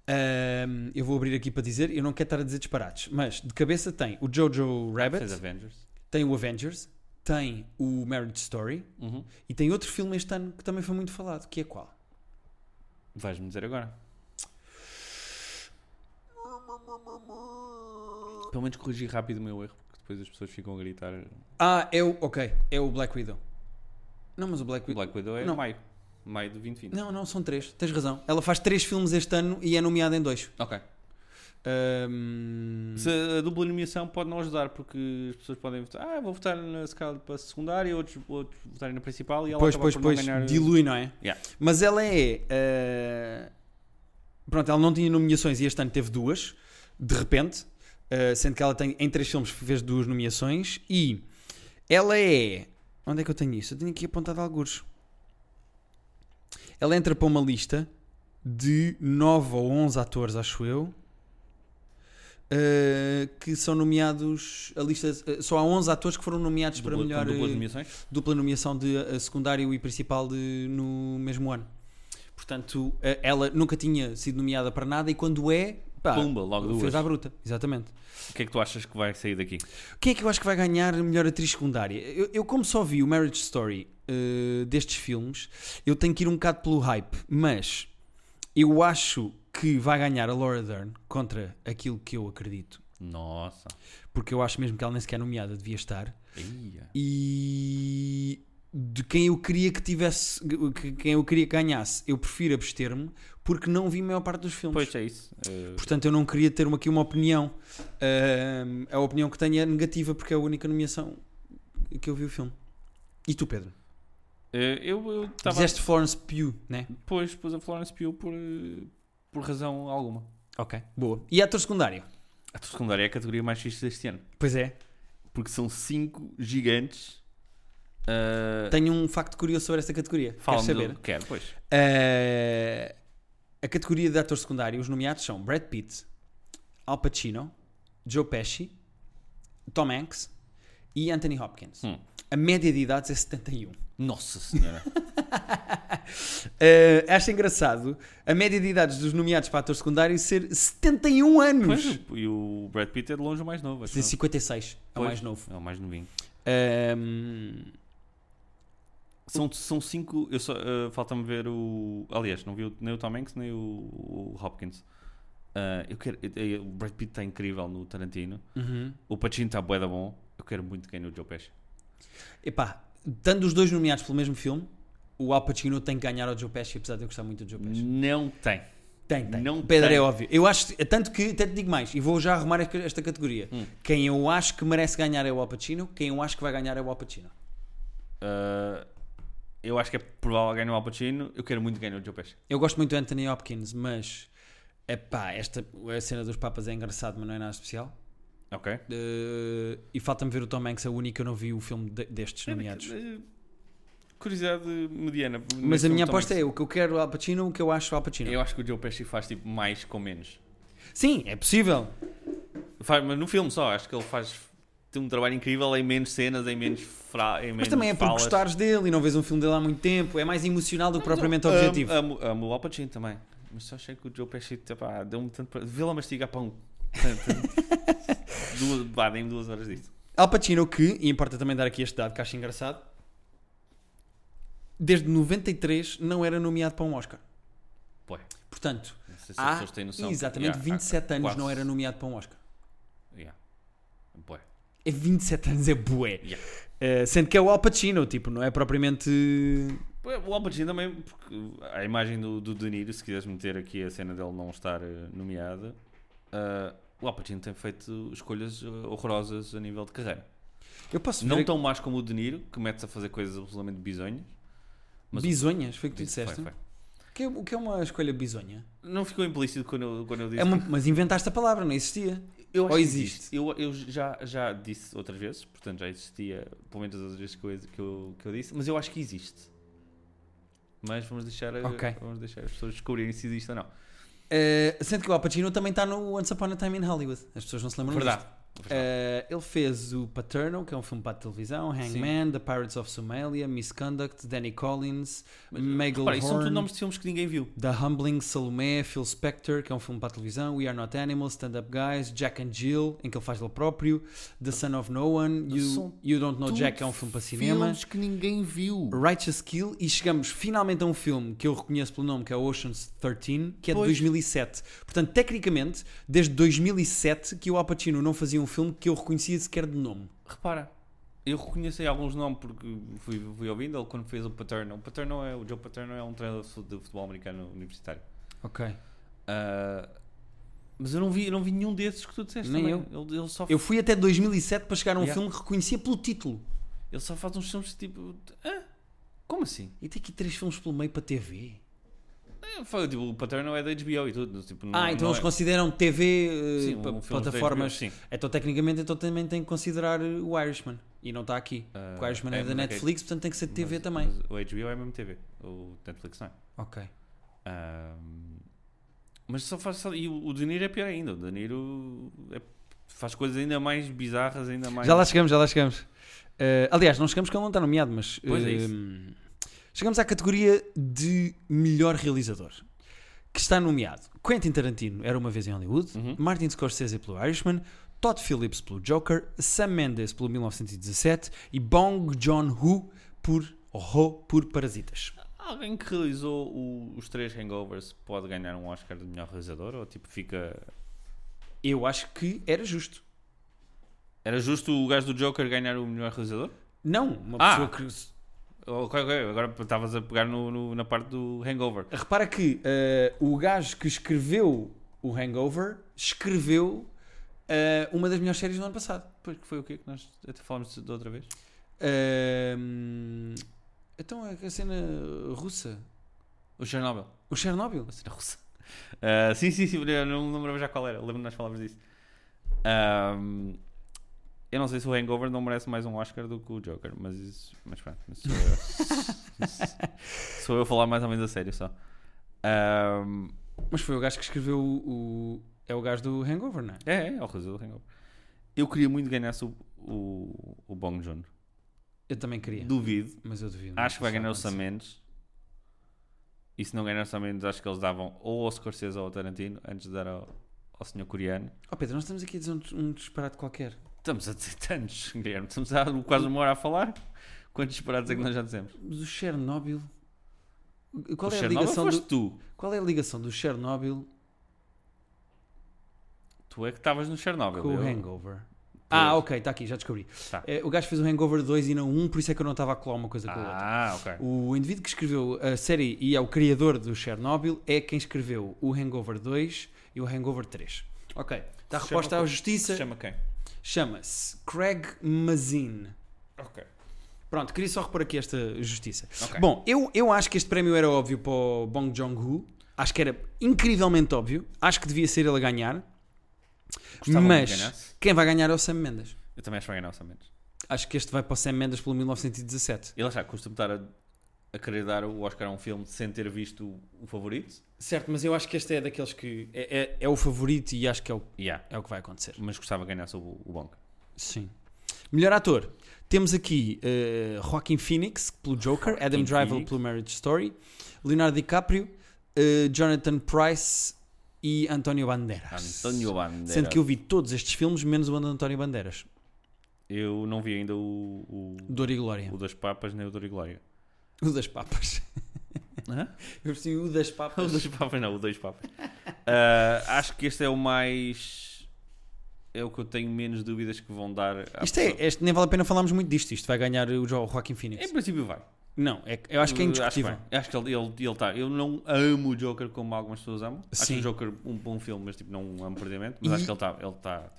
um, eu vou abrir aqui para dizer, eu não quero estar a dizer disparates, mas de cabeça tem o Jojo Ah, Fez Rabbit, Avengers. tem o Avengers, tem o Marriage Story Uhum. e tem outro filme este ano que também foi muito falado, que é qual? Vais-me dizer agora. Pelo menos corrigi rápido o meu erro, porque depois as pessoas ficam a gritar. Ah, é o. Ok, é o Black Widow. Não, mas o Black O Widow. Black Widow é Não. maio. Maio de 2020. Não, não, são três, tens razão. Ela faz três filmes este ano e é nomeada em dois. Ok. Um, Se a dupla nomeação pode não ajudar, porque as pessoas podem votar. Ah, vou votar na Scarlett para a secundária, outros, outros votarem na principal e ela Pois, acaba pois, por pois, não ganhar. dilui, não é? Yeah. Mas ela é. eh, Pronto, ela não tinha nomeações e este ano teve duas, de repente, eh, sendo que ela tem em três filmes fez duas nomeações e ela é. Onde é que eu tenho isso? Eu tenho aqui apontado alguns. Ela entra para uma lista de 9 ou 11 atores, acho eu, eh, que são nomeados. A lista, eh, só há 11 atores que foram nomeados Dupla, para melhor. com duplas eh, nomeações? dupla nomeação de eh, secundário e principal de- no mesmo ano. Portanto, eh, ela nunca tinha sido nomeada para nada e quando é, pá, Pumba, logo duas. fez à bruta. Exatamente. O que é que tu achas que vai sair daqui? Quem é que eu acho que vai ganhar melhor atriz secundária? Eu, eu como só vi o Marriage Story, eh, eh, destes filmes, eu tenho que ir um bocado pelo hype, mas eu acho que vai ganhar a Laura Dern contra aquilo que eu acredito, Nossa. porque eu acho mesmo que ela nem sequer nomeada devia estar. Ia. E de quem eu queria que tivesse, que- quem eu queria que ganhasse, eu prefiro abster-me porque não vi a maior parte dos filmes. Pois é isso. Eh, Portanto, eu não queria ter aqui uma opinião. Ahm, a opinião que tenho é negativa porque é a única nomeação que eu vi o filme. E tu, Pedro? eh, eu eu estava. Fizeste Florence Pugh, né? Depois pus a Florence Pugh por, eh, por razão alguma. Ok. Boa. E ator secundário? A tua secundária é a categoria mais fixe deste ano. Pois é. Porque são cinco gigantes. Ah, Tenho um facto curioso sobre esta categoria. Queres Fala-me saber? do que quer, pois. Ah, a categoria de ator secundário, os nomeados são Brad Pitt, Al Pacino, Joe Pesci, Tom Hanks e Anthony Hopkins. Hum. A média de idades é 71. Nossa Senhora. Uh, acho engraçado a média de idades dos nomeados para ator secundário ser 71 pois, anos. e o Brad Pitt é de longe o mais novo. De acho 56, é o Pois. mais novo. eu. É o mais novinho. Um, São, são cinco. Eu só, ah, falta-me ver o. Aliás, não vi o- nem o Tom Hanks nem o, o Hopkins. Ah, eu quero, eu- eu- o Brad Pitt está incrível no Tarantino. uhum. O Pacino está bué da bom. Eu quero muito que ganhe o Joe Pesci. Epá, dando os dois nomeados pelo mesmo filme, o Al Pacino tem que ganhar ao Joe Pesci, apesar de eu gostar muito do Joe Pesci. Não tem. Tem, tem. Não Pedro tem. é óbvio. Eu acho, tanto que, até te digo mais, e vou já arrumar esta- esta categoria. Hum. Quem eu acho que merece ganhar é o Al Pacino, quem eu acho que vai ganhar é o Al Pacino. Ah, eu acho que é provável ganhar o Al Pacino. Eu quero muito que ganhe o Joe Pesci. Eu gosto muito do Anthony Hopkins, mas epá, esta a cena dos papas é engraçado, mas não é nada especial. Ok. Eh, e falta-me ver o Tom Hanks, a única que eu não vi o filme de- destes nomeados. Eh, Curiosidade mediana. Mas a minha aposta é o que eu quero Al Pacino, o que eu acho Al Pacino. Eu acho que o Joe Pesci faz tipo mais com menos. Sim, é possível. Faz, mas no filme só, acho que ele faz. Tem um trabalho incrível em menos cenas, em menos. Fra, em Mas menos também é por falas. gostares dele e não vês um filme dele há muito tempo. É mais emocional do que propriamente Amo- objetivo. Amo, amo o Al Pacino também. Mas só achei que o Joe Pesci pá, deu-me tanto. Pra... Vê-la mastigar pão. Tanto- duas, pá, dei-me duas horas disto. Al Pacino, que, e importa também dar aqui este dado que acho engraçado, desde 93 não era nomeado para um Oscar. Pô, Portanto, não sei se as há pessoas têm noção. Ah, exatamente Yeah, 27 anos quase. não era nomeado para um Oscar. Yeah. Pô, É 27 anos, é bué. yeah. Eh, sendo que é o Al Pacino, tipo, não é propriamente... Pô, O Al Pacino também, porque a imagem do, do De Niro, se quiseres meter aqui a cena dele não estar eh, nomeada, ah, o Al Pacino tem feito escolhas eh, horrorosas a nível de carreira. Eu posso ver... Não tão más como o De Niro, que metes a fazer coisas absolutamente bizonhas. mas- Bisonhas, foi o que tu Foi, disseste? foi. O que é- O que é uma escolha bisonha? Não ficou implícito quando eu, quando eu disse. É uma- mas inventaste a palavra, não existia. Eu ou que existe? Eu, eu já, já disse outras vezes, portanto já existia, pelo menos as outras vezes que eu, que eu, que eu disse, mas eu acho que existe. Mas vamos deixar, a- Ok. vamos deixar as pessoas descobrirem se existe ou não. Eh, sendo que o Al Pacino também está no Once Upon a Time in Hollywood. As pessoas não se lembram Verdade. disto. Eh, ele fez o Paternal, que é um filme para a televisão, Hangman, The Pirates of Somalia, Misconduct, Danny Collins, Megal eh, Repara, isso são tudo Horn, nomes de filmes que ninguém viu. The Humbling, Salomé, Phil Spector, que é um filme para a televisão, We Are Not Animals, Stand Up Guys, Jack and Jill, em que ele faz ele próprio, The Son of No One, You, São you Don't Know Tudo Jack, que é um filme para cinema. Filmes que ninguém viu. Righteous Kill e chegamos finalmente a um filme que eu reconheço pelo nome, que é Ocean's 13, que é Pois. de 2007. Portanto, tecnicamente, desde 2007 que o Al Pacino não fazia um filme que eu reconhecia sequer de nome. Repara, eu reconheci alguns nomes porque fui, fui ouvindo ele quando fez o Paterno. O Paterno é, o Joe Paterno é um treinador de fu- de futebol americano universitário. Ok. Ah, mas eu não vi, eu não vi nenhum desses que tu disseste. Nem também. Ele, ele só Eu fui até 2007 para chegar a um Yeah. filme que reconhecia pelo título. Ele só faz uns filmes tipo. Hã? Como assim? E tem aqui três filmes pelo meio para TV. É, foi, tipo, o Paterno é da HBO e tudo. Tipo, não, ah, então não eles é. consideram TV, eh, Sim, um pa- filme da plataformas. HBO, sim. Então, tecnicamente, então também tem que considerar eh, o Irishman. E não está aqui. Ah, Porque o Irishman é, é da mas ok. Netflix, portanto tem que ser de TV Mas- também. mas o HBO é mesmo TV. O Netflix não é. Ok. Ahm, mas só faz. só- e o, o De Niro é pior ainda. O De Niro é- faz coisas ainda mais bizarras, ainda mais. Já lá chegamos, já lá chegamos. Eh, aliás, não chegamos que ele não está nomeado, mas. Pois é eh, isso. Chegamos à categoria de melhor realizador, que está nomeado Quentin Tarantino, Era Uma Vez em Hollywood, Martin Scorsese pelo Irishman, Todd Phillips pelo Joker, Sam Mendes pelo 1917 e Bong Joon-ho por Ro por Parasitas. Alguém que realizou o- os três hangovers pode ganhar um Oscar de melhor realizador? Ou tipo, fica. Eu acho que era justo. Era justo o gajo do Joker ganhar o melhor realizador? Não, uma Ah. pessoa Ok, ok, agora estavas a pegar no- no- na parte do hangover. que. Repara que eh, o gajo que escreveu o Hangover escreveu eh, uma das melhores séries do ano passado. Pois que foi o quê que nós até falámos da outra vez? Ahm, Eh, então é a cena russa. O Chernobyl. O Chernobyl. A cena russa. Ah, sim, sim, sim, eu não me lembrava já qual era. Lembro-me nós falámos disso. Ahm, eu não sei se o Hangover não merece mais um Oscar do que o Joker, mas isso. Mas pronto, mas sou eu. sou eu a falar mais ou menos a sério só. Ahm, Mas foi o gajo que escreveu o. o- é o gajo do Hangover, não é? é, é, é o realizador do Hangover. Eu queria muito que ganhasse o, o, o Bong Joon. Eu também queria. Duvido. Mas eu duvido. Acho que vai ganhar o Sam Samuel. Mendes. E se não ganhar o Sam Mendes, acho que eles davam ou ao Scorsese ou ao Tarantino antes de dar ao, ao senhor coreano. Oh Pedro, nós estamos aqui a dizer um, um disparate qualquer. Estamos a dizer tantos, Guilherme. Estamos há quase uma hora a falar. Quantos disparados é que nós já dizemos? Mas o Chernobyl. Qual o é, a Chernobyl ligação foste do, tu. qual é a ligação do Chernobyl Tu é que estavas no Chernobyl. com o eu- Hangover? Ah, ok, está aqui, já descobri. Tá. É, o gajo fez o Hangover 2 e não 1, por isso é que eu não estava a colar uma coisa com a outra. Ah, ok. O indivíduo que escreveu a série e é o criador do Chernobyl é quem escreveu o Hangover 2 e o Hangover 3. Ok, está Se chama a resposta à como? justiça. Se chama quem? Chama-se Craig Mazin. Ok. Pronto, queria só repor aqui esta justiça. Ok. Bom, eu, eu acho que este prémio era óbvio para o Bong Joon-ho. Acho que era incrivelmente óbvio. Acho que devia ser ele a ganhar. Gostava muito que mas ganhasse. quem vai ganhar é o Sam Mendes. Eu também acho que vai ganhar o Sam Mendes. Acho que este vai para o Sam Mendes pelo 1917. E lá está, custa-me estar a, a querer dar o Oscar a um filme sem ter visto o, o favorito. Certo, mas eu acho que este é daqueles que é, é- é o favorito e acho que é o, Yeah. é o que vai acontecer. Mas gostava que ganhasse o, o Bong. Sim. Melhor ator. Temos aqui eh, Joaquin Phoenix pelo Joker, Adam Driver Phoenix. pelo Marriage Story, Leonardo DiCaprio, eh, Jonathan Price e António Banderas. António Banderas. Sendo que eu vi todos estes filmes, menos o de António Bandeiras, Eu não vi ainda o, o, Dor e Glória. o das Papas nem o Dor e Glória. O das Papas. Eu percebi o das O Papas. dos Papas, não, o dois Papas. Ah, acho que este é o mais. É o que eu tenho menos dúvidas que vão dar. à Isto é, pessoa. este, nem vale a pena falarmos muito disto. Isto vai ganhar o Jo- Joaquin Em Phoenix. princípio, vai. Não, é, eu é- acho que é Eu Acho que, indiscutível. vai. Eu acho que ele, ele, ele tá. Eu não amo o Joker como algumas pessoas amam. Acho Sim. que o Joker um bom filme, mas tipo, não o amo perdidamente. Mas E- acho que ele está. Ele tá,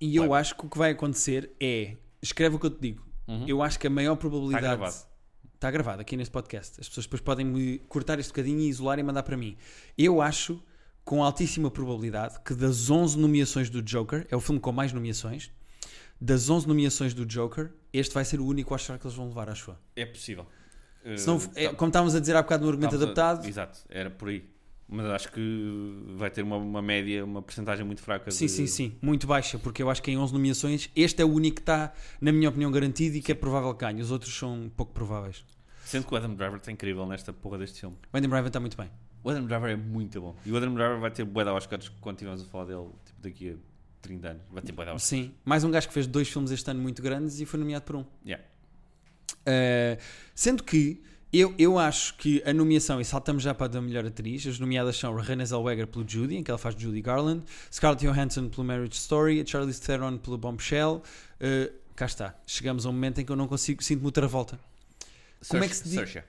E eu Vai. acho que o que vai acontecer é. Escreve o que eu te digo. Eu acho que a maior probabilidade. Está gravado. Está Uhum. Tá gravado aqui neste podcast. As pessoas depois podem me cortar este bocadinho e isolar e mandar para mim. Eu acho, com altíssima probabilidade, que das 11 nomeações do Joker, é o filme com mais nomeações, das 11 nomeações do Joker, este vai ser o único Oscar que eles vão levar, acho eu. é possível. Ah, Se não- é, como estávamos a dizer há bocado no argumento adaptado, Exato, era por aí. Mas acho que vai ter uma, uma média, uma percentagem muito fraca. Sim, de- sim, sim, muito baixa, porque eu acho que em 11 nomeações este é o único que está, na minha opinião, garantido e que é provável que ganhe. Os outros são pouco prováveis. Sendo que o Adam Driver está incrível nesta porra deste filme. O Adam Driver está muito bem. O Adam Driver é muito bom. E o Adam Driver vai ter bué de Oscars quando tivermos a falar dele tipo, daqui a 30 anos. Vai ter bué de Oscars. Sim, mais um gajo que fez dois filmes este ano muito grandes e foi nomeado por um. Yeah. Uh, sendo que eu, eu acho que a nomeação, e saltamos já para a da melhor atriz, as nomeadas são Renée Zellweger pelo Judy, em que ela faz Judy Garland, Scarlett Johansson pelo Marriage Story, a Charlize Theron pelo Bombshell. Uh, cá está, chegamos a um momento em que eu não consigo, sinto-me outra volta. Como é que se diz? Saoirse.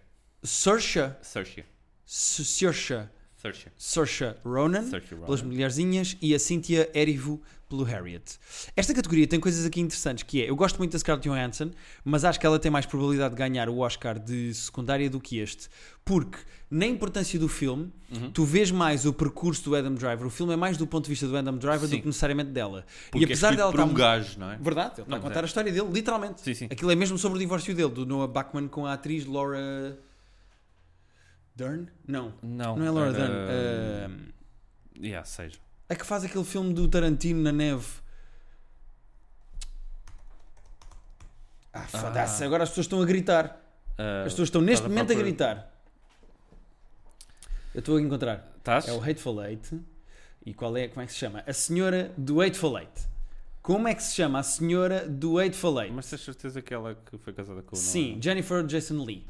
Saoirse, Saoirse. Sa- Saoirse, Saoirse. Saoirse Ronan, Saoirse Ronan. pelas Mulherzinhas e a Cynthia Erivo pelo Harriet. Esta categoria tem coisas aqui interessantes, que é, eu gosto muito da Scarlett Johansson, mas acho que ela tem mais probabilidade de ganhar o Oscar de secundária do que este, porque na importância do filme, Uhum. tu vês mais o percurso do Adam Driver, o filme é mais do ponto de vista do Adam Driver do Sim. que necessariamente dela. Porque e apesar é dela tá dela por estar um gajo, não é? Verdade, ele está a Não, contar a história dele, literalmente. Sim, sim. Aquilo é mesmo sobre o divórcio dele, do Noah Bachman com a atriz Laura Dern? Não. Não, Não é Laura era- hum, Dern. ah, eh, Yeah, seja. é que faz aquele filme do Tarantino na neve. Ah, foda-se. Agora as pessoas estão a gritar. Ah, As pessoas estão neste estás a momento a procurar- gritar. Eu estou a encontrar. Estás? É o Hateful Eight. E qual é? Como é que se chama? A Senhora do Hateful Eight. Como é que se chama a senhora do Hateful Eight? Mas tens certeza que ela é que foi casada com o Noah? Ah. Sim, Jennifer Jason Lee.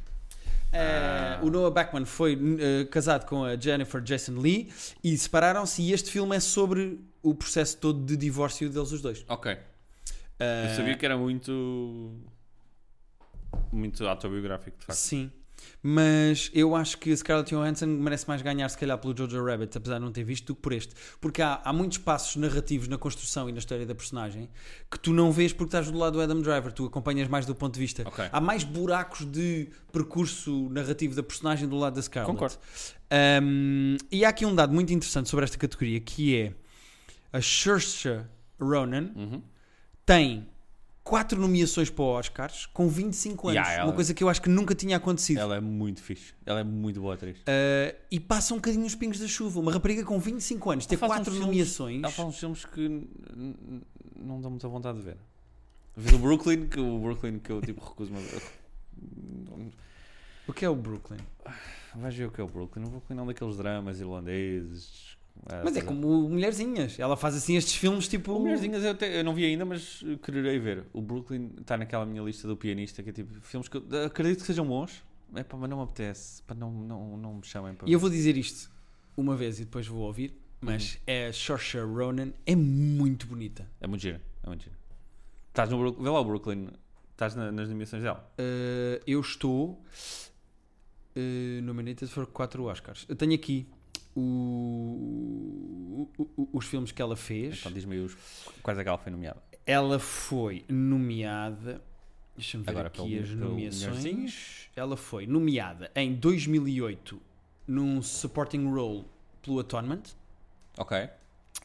Eh, o Noah Bachman foi eh, casado com a Jennifer Jason Lee e separaram-se. E este filme é sobre o processo todo de divórcio deles os dois. Ok. Eh, Eu sabia que era muito. Muito autobiográfico, de facto. Sim. Mas eu acho que a Scarlett Johansson merece mais ganhar, se calhar, pelo Jojo Rabbit, apesar de não ter visto, do que por este. Porque há, há muitos passos narrativos na construção e na história da personagem que tu não vês porque estás do lado do Adam Driver, tu acompanhas mais do ponto de vista. Ok. Há mais buracos de percurso narrativo da personagem do lado da Scarlett. Concordo. Um, e há aqui um dado muito interessante sobre esta categoria que é a Saoirse Ronan Uhum. tem quatro nomeações para Oscars com 25 anos, Yeah, ela- uma coisa que eu acho que nunca tinha acontecido. Ela é muito fixe. Ela é muito boa atriz. Uh, e passa um bocadinho os pingos da chuva. Uma rapariga com 25 anos ter Ela faz quatro uns filmes- nomeações. Ela faz uns filmes que n- n- não dão muita vontade de ver. Vi o Brooklyn, que o Brooklyn que eu tipo recuso-me. a- O que é o Brooklyn? Vais ver o que é o Brooklyn. O Brooklyn é um daqueles dramas irlandeses. ah, Mas é coisa- como o Mulherzinhas. Ela faz assim estes filmes tipo. O Mulherzinhas eu, até- eu não vi ainda, mas eh, quererei ver. O Brooklyn está naquela minha lista do pianista, que é tipo filmes que eu eh, acredito que sejam bons, é pá, mas não me apetece, pá, não, não, não me chamem para E eu vou dizer isto uma vez e depois vou ouvir. Mas é a Saoirse Ronan é muito bonita. É muito giro, é muito giro. Estás no Brooklyn, vê lá o Brooklyn, estás na- nas nomeações dela. Uh, eu estou uh, nominated for 4 Oscars. Eu tenho aqui o- o- o- os filmes que ela fez. Então diz-me aí os, quais é que ela foi nomeada. Ela foi nomeada. Deixa-me ver Agora, aqui pelo- as pelo nomeações. melhorzinhos. Ela foi nomeada em 2008 num supporting role pelo Atonement Ok.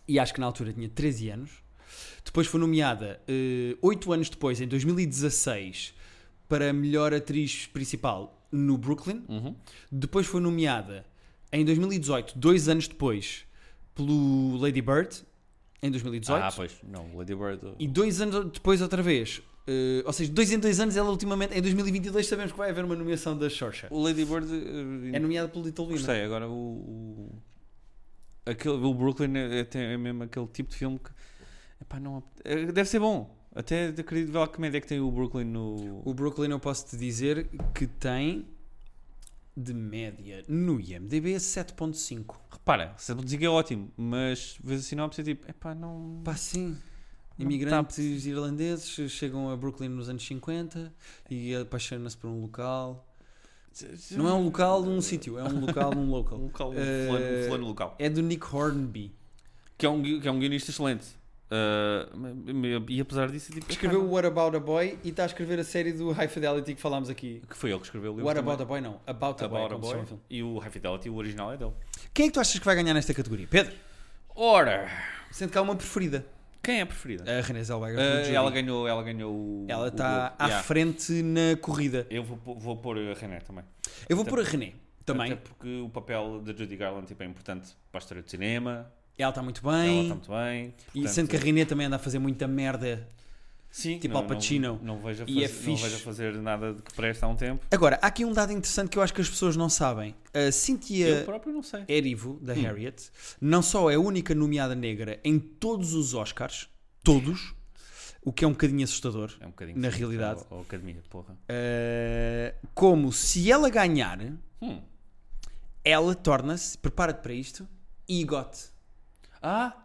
e acho que na altura tinha 13 anos. Depois foi nomeada eh, oito anos depois, em 2016, para melhor atriz principal no Brooklyn. Uhum. Depois foi nomeada em 2018, dois anos depois, pelo Lady Bird, em 2018. Ah, pois, não, Lady Bird. E dois anos depois, outra vez, eh, ou seja, dois em dois anos, ela ultimamente, em 2022, sabemos que vai haver uma nomeação da Xoxa. O Lady Bird. eh, É nomeada pelo Little Women. Gostei, agora o. o... Aquele, o Brooklyn é, é- tem- é mesmo aquele tipo de filme que. Epá, não, apete- eh, deve ser bom. Até acredito ver lá que média é que tem o Brooklyn no. O Brooklyn, eu posso te dizer que tem de média no IMDb 7.5. Repara, 7.5 é ótimo, mas vês a sinopse e tipo, epá, não. Pá, sim. Não Imigrantes irlandeses chegam a Brooklyn nos anos 50 e apaixonam-se por um local. Não é um local, um sítio, é um local, um local. Um local, um Eh, fulano, um fulano local. É do Nick Hornby. Que é um, gui- que é um guionista excelente. Ah, me- e apesar disso, é tipo, que epá, escreveu não. o What About a Boy e está a escrever a série do High Fidelity que falámos aqui. Que foi ele que escreveu o livro. What também. About a Boy não, About a Boy. About a como se chama o Boy. filme. E o High Fidelity, o original é dele. Quem é que tu achas que vai ganhar nesta categoria? Pedro, Ora, sendo que há uma preferida. quem é a preferida? A Renée Zellweger. Ah, pelo Jury. ela ganhou, ela ganhou o. Ela o está Globo. à Yeah. frente na corrida. Eu vou, pô- vou pôr a René também. Eu vou Até- pôr a Renée também. Até porque o papel da Judy Garland tipo, é importante para a história do cinema. Ela está muito Ela bem. está muito bem. e sendo que a Renée também anda a fazer muita merda. Sim, tipo não- Al Pacino. Não, não, vejo a E é fazer, não fixe. vejo a fazer nada de que presta há um tempo. Agora, há aqui um dado interessante que eu acho que as pessoas não sabem. A Cynthia Eu próprio não é sei. Erivo, Hum. da Harriet, não só é a única nomeada negra em todos os Oscars, todos, o que é um bocadinho assustador. É um bocadinho. Na sim, realidade. Ou, ou academia, porra. Uh, como se ela ganhar, Hum. ela torna-se, prepara-te para isto, EGOT. Ah!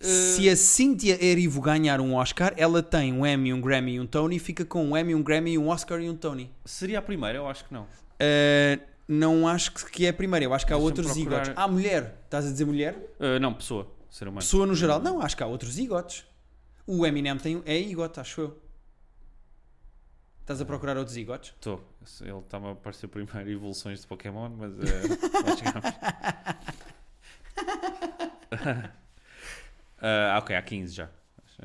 Se a Cynthia Erivo ganhar um Oscar, ela tem um Emmy, um Grammy e um Tony, fica com um Emmy, um Grammy, um Oscar e um Tony. Seria a primeira? Eu acho que não. Uh, não acho que que é a primeira, eu acho que há Deixa-me outros procurar. EGOTs. Ah, mulher, estás a dizer mulher? Ah, não, pessoa. Ser humano. Pessoa no geral, não, acho que há outros EGOTs. O Eminem tem, é EGOT, acho eu. Estás a procurar outros EGOTs? Estou. Ele estava a aparecer primeiro evoluções de Pokémon, mas eh, lá chegamos. Ah, ok, há 15 já.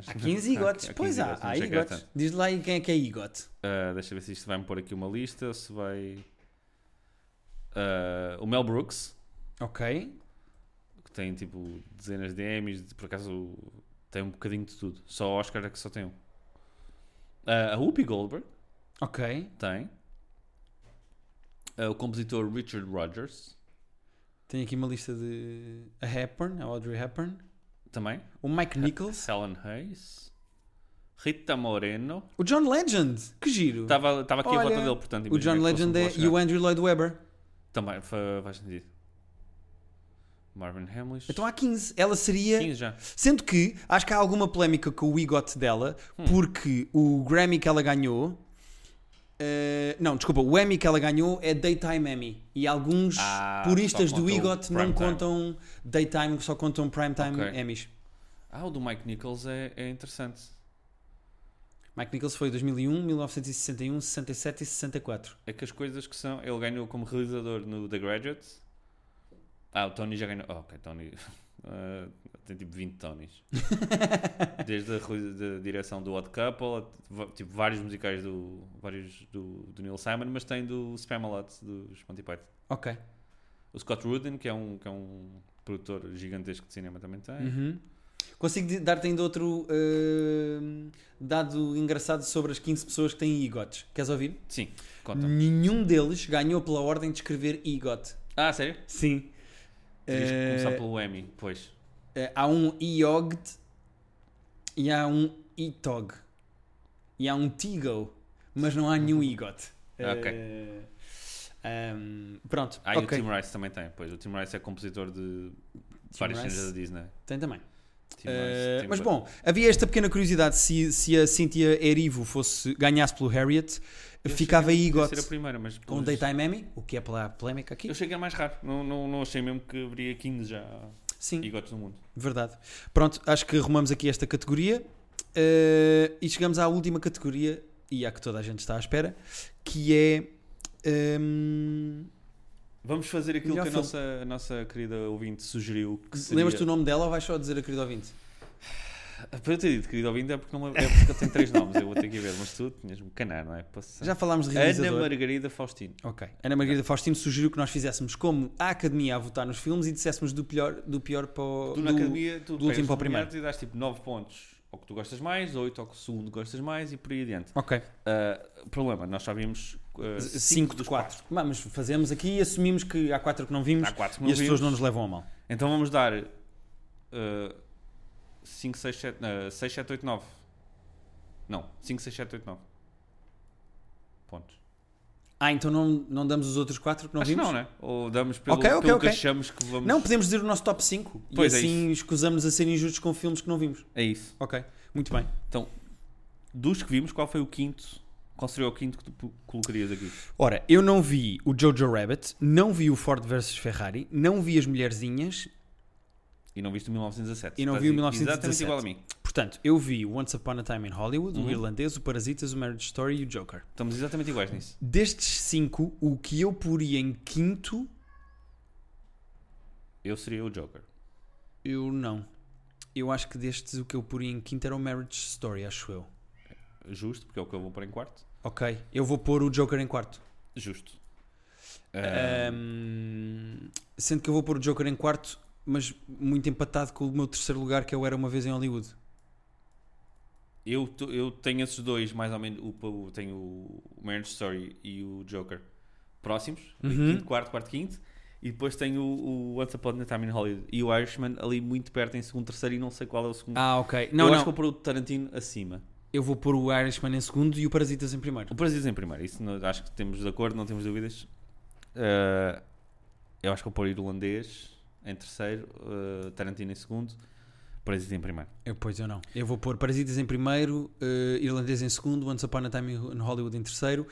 Há 15 EGOTs, pois há, há não chega a EGOTs. é tanto. Diz lá aí quem é que é EGOT. Ah, deixa eu ver se isto vai-me pôr aqui uma lista, se vai... Ah, o Mel Brooks, Ok, que tem tipo dezenas de Emmys, de- por acaso tem um bocadinho de tudo. Só o Oscar é que só tem um. Ah, a Whoopi Goldberg ok. tem. Ah, o compositor Richard Rogers Tenho aqui uma lista de. A Hepburn, a Audrey Hepburn. Também. O Mike Nichols. Helen Hayes. Rita Moreno. O John Legend. Que giro. Estava estava Tá aqui a Olha, volta dele, portanto. o John imagina que Legend fosse é, um bom e o chegar. Andrew Lloyd Webber. Também, fa- faz sentido. Marvin Hamlish. Então há 15. Ela seria. 15 já. Sendo que acho que há alguma polémica com o EGOT dela, Hum. porque o Grammy que ela ganhou. eh, não, desculpa, o Emmy que ela ganhou é Daytime Emmy. E alguns Ah, puristas só do contam EGOT não prime time. contam Daytime, só contam Primetime Ok. Emmys. Ah, o do Mike Nichols é, é interessante. Mike Nichols foi 2001, 1961, 67 e 64. É que as coisas que são. Ele ganhou como realizador no The Graduate. Ah, o Tony já ganhou. Oh, ok, Tony. Ah, tem tipo 20 Tonys. Desde a reali- da direção do Odd Couple, a- va- tipo vários musicais do, vários do, do Neil Simon, mas tem do Spamalot, dos Monty Python. Ok. O Scott Rudin, que é um, que é um produtor gigantesco de cinema, também tem. Uhum. Consigo di- dar-te ainda outro eh, dado engraçado sobre as 15 pessoas que têm EGOTs. Queres ouvir? Sim, Hum, conta. Nenhum deles ganhou pela ordem de escrever EGOT. Ah, sério? Sim. Terias eh, que começar pelo Emmy, pois. há um IOGD e há um ITOG. E há um TIGO, mas não há nenhum IGOT. Ah, ok. Eh, ahm, pronto. Ah, ok. e o Tim Rice também tem, pois. O Tim Rice é compositor de várias Rice. cenas da Disney. Tem também. Tim Eh, Rice, Tim mas Bur- bom, havia esta pequena curiosidade: se, se a Cynthia Erivo fosse, ganhasse pelo Harriet, Eu ficava cheguei a IGOT ser a primeira, mas com pelos- Daytime Emmy, o que é pela polémica aqui. Eu cheguei a mais raro. Não, não, não achei mesmo que haveria 15 já Sim. igotes no mundo. Verdade. Pronto, acho que arrumamos aqui esta categoria eh, e chegamos à última categoria e à que toda a gente está à espera, que é ehm, Vamos fazer aquilo Melhor que a filme. nossa, a nossa querida ouvinte sugeriu. Que seria... lembras-te o nome dela ou vais só dizer a querido ouvinte? Para eu ter dito, querido ouvinte, é porque, não, me- é porque eu tenho três nomes, eu vou ter que ir ver. Mas tu tinhas-me canar, não é? Poça. Já falámos de Ana realizador. Margarida Faustino. Ok. Ana Margarida Faustino sugeriu que nós fizéssemos como a Academia a votar nos filmes e dissessemos do pior, do pior para o... Tu na do- academia, tu do último pegas para o os primeiro. nomeados e dás tipo 9 pontos ao que tu gostas mais, 8 ao que o segundo gostas mais e por aí adiante. Ok. Uh, problema, nós já vimos 5 5 de dos 4. Mas fazemos aqui e assumimos que há 4 que não vimos Há 4 que e não as pessoas vimos. não nos levam a mal. Então vamos dar eh, 5, 6, 7, 6, 7, 8, 9. Não, 5, 6, 7, 8, 9. Pontos. Ah, então não, não damos os outros 4 que não Acho que vimos? não, né? Ou damos pelo, Ok, ok, pelo ok. que achamos que vamos. Não, podemos dizer o nosso top 5 Pois e é assim escusamos a ser injustos com filmes que não vimos. É isso. Ok, muito bem. Então, dos que vimos, qual foi o quinto? Qual seria o quinto que tu pu- colocarias aqui? Ora, eu não vi o Jojo Rabbit, não vi o Ford vs Ferrari, não vi as Mulherzinhas, E não viste o 1917. E não Estás vi o i- Exatamente 1917. igual a mim. portanto, eu vi o Once Upon a Time in Hollywood, Uhum. o Irlandês, o Parasitas, o Marriage Story e o Joker. Estamos exatamente iguais nisso. Destes 5, o que eu poria em quinto, Eu seria o Joker. eu não. Eu acho que destes o que eu poria em quinto era o Marriage Story, acho eu. Justo, porque é o que eu vou pôr em quarto. Ok, eu vou pôr o Joker em quarto. Justo. É. Um, sendo que eu vou pôr o Joker em quarto, mas muito empatado com o meu terceiro lugar, que eu era uma vez em Hollywood. Eu, to- eu tenho esses dois, mais ou menos. O, pa- o- tenho o Marriage Story e o Joker próximos. ali Uhum. Quinto, quarto, quarto, quinto. E depois tenho o, o Once Upon a Time in Hollywood e o Irishman ali muito perto em segundo, terceiro e não sei qual é o segundo. Ah, ok. eu Não, acho que não. vou pôr o Tarantino acima. Eu vou pôr o Irishman em segundo e o Parasitas em primeiro. O Brasil em primeiro, isso não- acho que temos de acordo, não temos dúvidas. Ah, eu acho que vou pôr o Irlandês em terceiro, ah, Tarantino em segundo, Brasil em primeiro. Eu, pois eu não. Eu vou pôr Parasitas em primeiro, eh, Irlandês em segundo, Once Upon a Time in Hollywood em terceiro.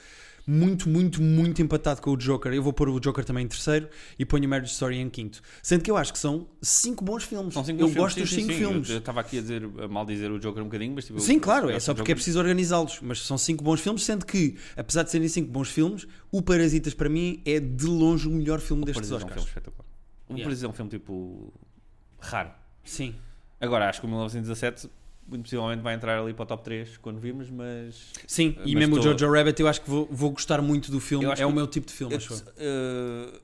Muito, muito, muito empatado com o Joker. Eu vou pôr o Joker também em terceiro e ponho o Marriage Story em quinto. Sendo que eu acho que são cinco bons filmes. São cinco eu filmes, gosto sim, dos sim, cinco sim. filmes. Eu estava aqui a dizer, a mal dizer o Joker um bocadinho, mas tipo, Sim, eu- claro, eu é acho só que o porque é Joker- preciso organizá-los. Mas são cinco bons filmes, sendo que, apesar de serem cinco bons filmes, O Parasitas para mim é de longe o melhor filme destes Parasita é um filme Oscars. espetacular. O Yeah. Parasita é um filme tipo raro. Sim. Agora, acho que o 1917 muito possivelmente vai entrar ali para o top 3 quando vimos, mas Sim, e Eh, Mas mesmo estou- o Jojo Rabbit eu acho que vou, vou gostar muito do filme. Eu acho É o que- meu tipo de filme, eu, acho eu. eh,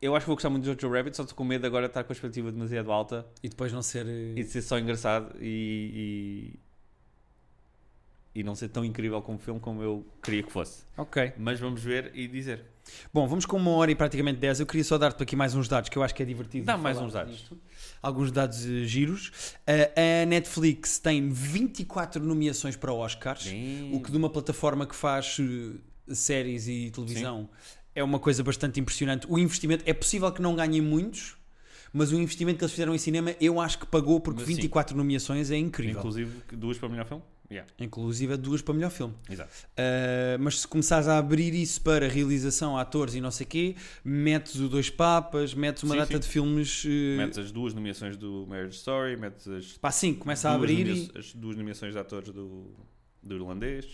eu acho que vou gostar muito de Jojo Rabbit, só estou com medo agora de estar com a expectativa demasiado alta E depois não ser. eh, e de ser só engraçado e, e- e não ser tão incrível como filme como eu queria que fosse. Ok. Mas vamos ver e dizer. Bom, vamos com uma hora e praticamente 10. Eu queria só dar-te aqui mais uns dados que eu acho que é divertido. Dá mais falar uns dados. disto. Alguns dados eh, giros. Eh, a Netflix tem 24 nomeações para Oscars, Sim. o que de uma plataforma que faz eh, séries e televisão é uma coisa bastante impressionante. O investimento é possível que não ganhem muitos, mas o investimento que eles fizeram em cinema eu acho que pagou porque Mas sim. 24 nomeações é incrível. Inclusive que duas para o melhor filme? Yeah, Inclusive a duas para melhor filme. exato. Uh, mas se começares a abrir isso para realização, atores e não sei quê, metes o Dois Papas, metes uma Sim, data sim. de filmes. Uh, Metes as duas nomeações do Marriage Story, metes as, Pá, sim, começa a duas, abrir. nomea- e- as duas nomeações de atores do, do irlandês.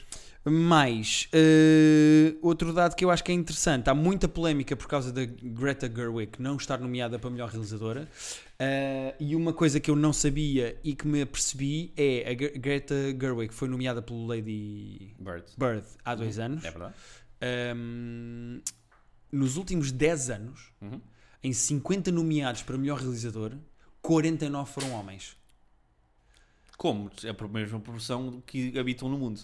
Mais. uh, outro dado que eu acho que é interessante: há muita polémica por causa da Greta Gerwig não estar nomeada para melhor realizadora. Uh, e uma coisa que eu não sabia e que me apercebi é a Gre- Greta Gerwig foi nomeada pelo Lady Bird. Bird há dois anos. É verdade? Um, nos últimos 10 anos, Uhum. em 50 nomeados para melhor realizador, 49 foram homens. Como? É a mesma proporção que habitam no mundo.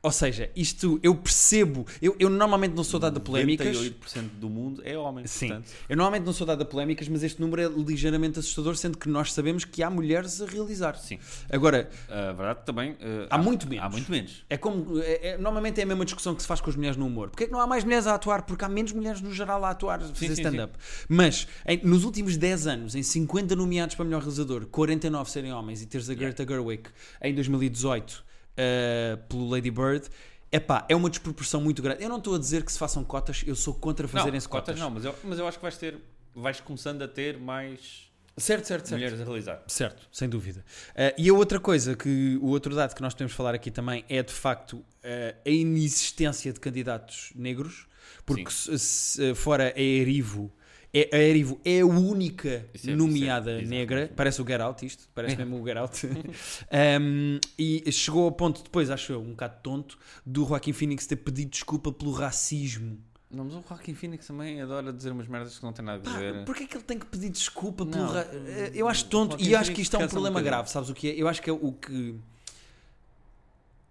Ou seja, isto eu percebo. Eu, eu normalmente não sou dado a polémicas. 98% do mundo é homem. Sim, Portanto, eu normalmente não sou dado a polémicas, mas este número é ligeiramente assustador, sendo que nós sabemos que há mulheres a realizar. sim. Agora, A verdade também. eh, Há muito menos. Há muito menos. é como. é- é- normalmente é a mesma discussão que se faz com as mulheres no humor. Porquê é que não há mais mulheres a atuar? Porque há menos mulheres no geral a atuar, a fazer sim, sim. stand-up. Mas em- nos últimos 10 anos, em 50 nomeados para melhor realizador, 49 serem homens e teres a Greta Gerwig em 2018 eh, pelo Lady Bird. Epá, é uma desproporção muito grande. Eu não estou a dizer que se façam cotas, eu sou contra fazerem-se não, cotas cotas. não, mas eu, mas eu acho que vais ter. Vais começando a ter mais Certo, certo, certo. mulheres a realizar. Certo, sem dúvida. Eh, e a outra coisa que o outro dado que nós podemos falar aqui também é de facto eh, a inexistência de candidatos negros, porque se- se- eh, fora a Erivo, é, a Erivo é a única Isso é- nomeada isso é- exato. negra, parece o Get Out isto, parece mesmo o Get Out. Um, e chegou ao ponto depois, acho eu, um bocado tonto, do Joaquim Phoenix ter pedido desculpa pelo racismo. Não, mas o Joaquin Phoenix também adora dizer umas merdas que não tem nada a ver. Porquê é que ele tem que pedir desculpa Não. pelo ra- eh, Eu acho tonto Qualquer e acho que crítica isto é um cansa um problema bocadinho. grave, sabes o que é? Eu acho que é o que.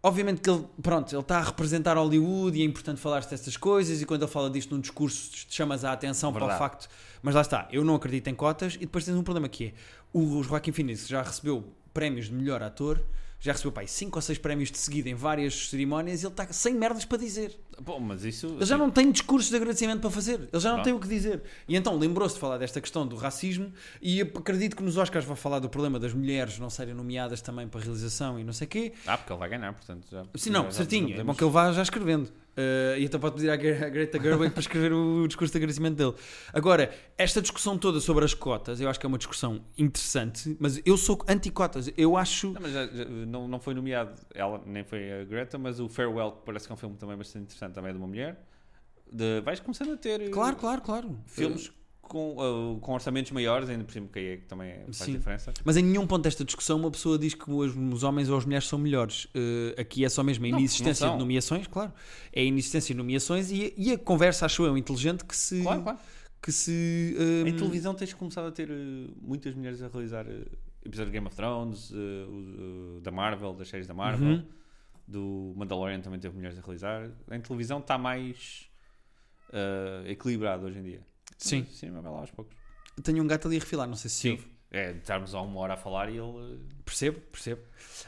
Obviamente que ele, pronto, ele está a representar Hollywood e é importante falar-se destas coisas e quando ele fala disto num discurso te chamas a atenção para o Verdade. facto. Mas lá está, eu não acredito em cotas e depois tens um problema que é o Joaquim Phoenix já recebeu prémios de melhor ator, já recebeu, pai, 5 ou 6 prémios de seguida em várias cerimónias e ele está sem merdas para dizer. Bom, mas isso. Ele já não tem discursos de agradecimento para fazer. Ele já não Não. tem o que dizer. E então lembrou-se de falar desta questão do racismo e acredito que nos Oscars vai falar do problema das mulheres não serem nomeadas também para realização e não sei quê. Ah, porque ele vai ganhar, portanto. Já, Sim, não, já- já certinho. É podemos- bom que ele vá já escrevendo. Eh, e então pode pedir à Gre- à Greta Gerwig para escrever o discurso de agradecimento dele. Agora, esta discussão toda sobre as cotas, eu acho que é uma discussão interessante, mas eu sou anti-cotas. Eu acho... Não, mas já- já- não, não foi nomeado, ela nem foi a Greta, mas o Farewell, que parece que é um filme também bastante interessante, também é de uma mulher. De, vais começando a ter eh, Claro, claro, claro. filmes com, eh, com orçamentos maiores, ainda por cima, que aí é que também faz Sim. diferença. Mas em nenhum ponto desta discussão uma pessoa diz que os, os homens ou as mulheres são melhores. Eh, aqui é só mesmo a Não, inexistência não são. de nomeações, claro. É a inexistência de nomeações e, e a conversa, acho eu, é inteligente que se. Claro, claro. Que se eh, Em televisão tens começado a ter eh, muitas mulheres a realizar eh, episódios de Game of Thrones, eh, o- o- da Marvel, das séries da Marvel, Uhum. do Mandalorian também teve mulheres a realizar. Em televisão está mais eh, equilibrado hoje em dia. Sim. No cinema vai lá aos poucos. Tenho um gato ali a refilar, não sei se se ouve. É, de estarmos há uma hora a falar e ele. eh, Percebo, percebo.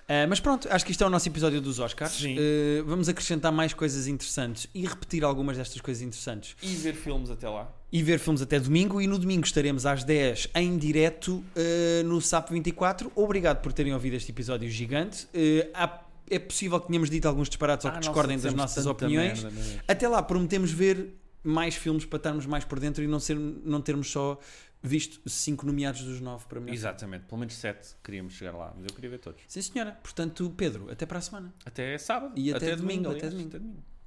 Ah, mas pronto, acho que isto é o nosso episódio dos Oscars. Sim. Ah, vamos acrescentar mais coisas interessantes e repetir algumas destas coisas interessantes. E ver filmes até lá. E ver filmes até domingo. E no domingo estaremos às 10 em direto eh, no SAP 24. Obrigado por terem ouvido este episódio gigante. Eh, há- é possível que tenhamos dito alguns disparates ou Ah, que nossa, discordem das dizemos nossas tanta opiniões. merda, meu Deus. Até lá, prometemos ver mais filmes para estarmos mais por dentro e não, ser, não termos só visto cinco nomeados dos nove para melhor. Exatamente, pelo menos sete queríamos chegar lá, mas eu queria ver todos. Sim, senhora. Portanto, Pedro, até para a semana. Até sábado. E até domingo, é até aliás, domingo. Até domingo.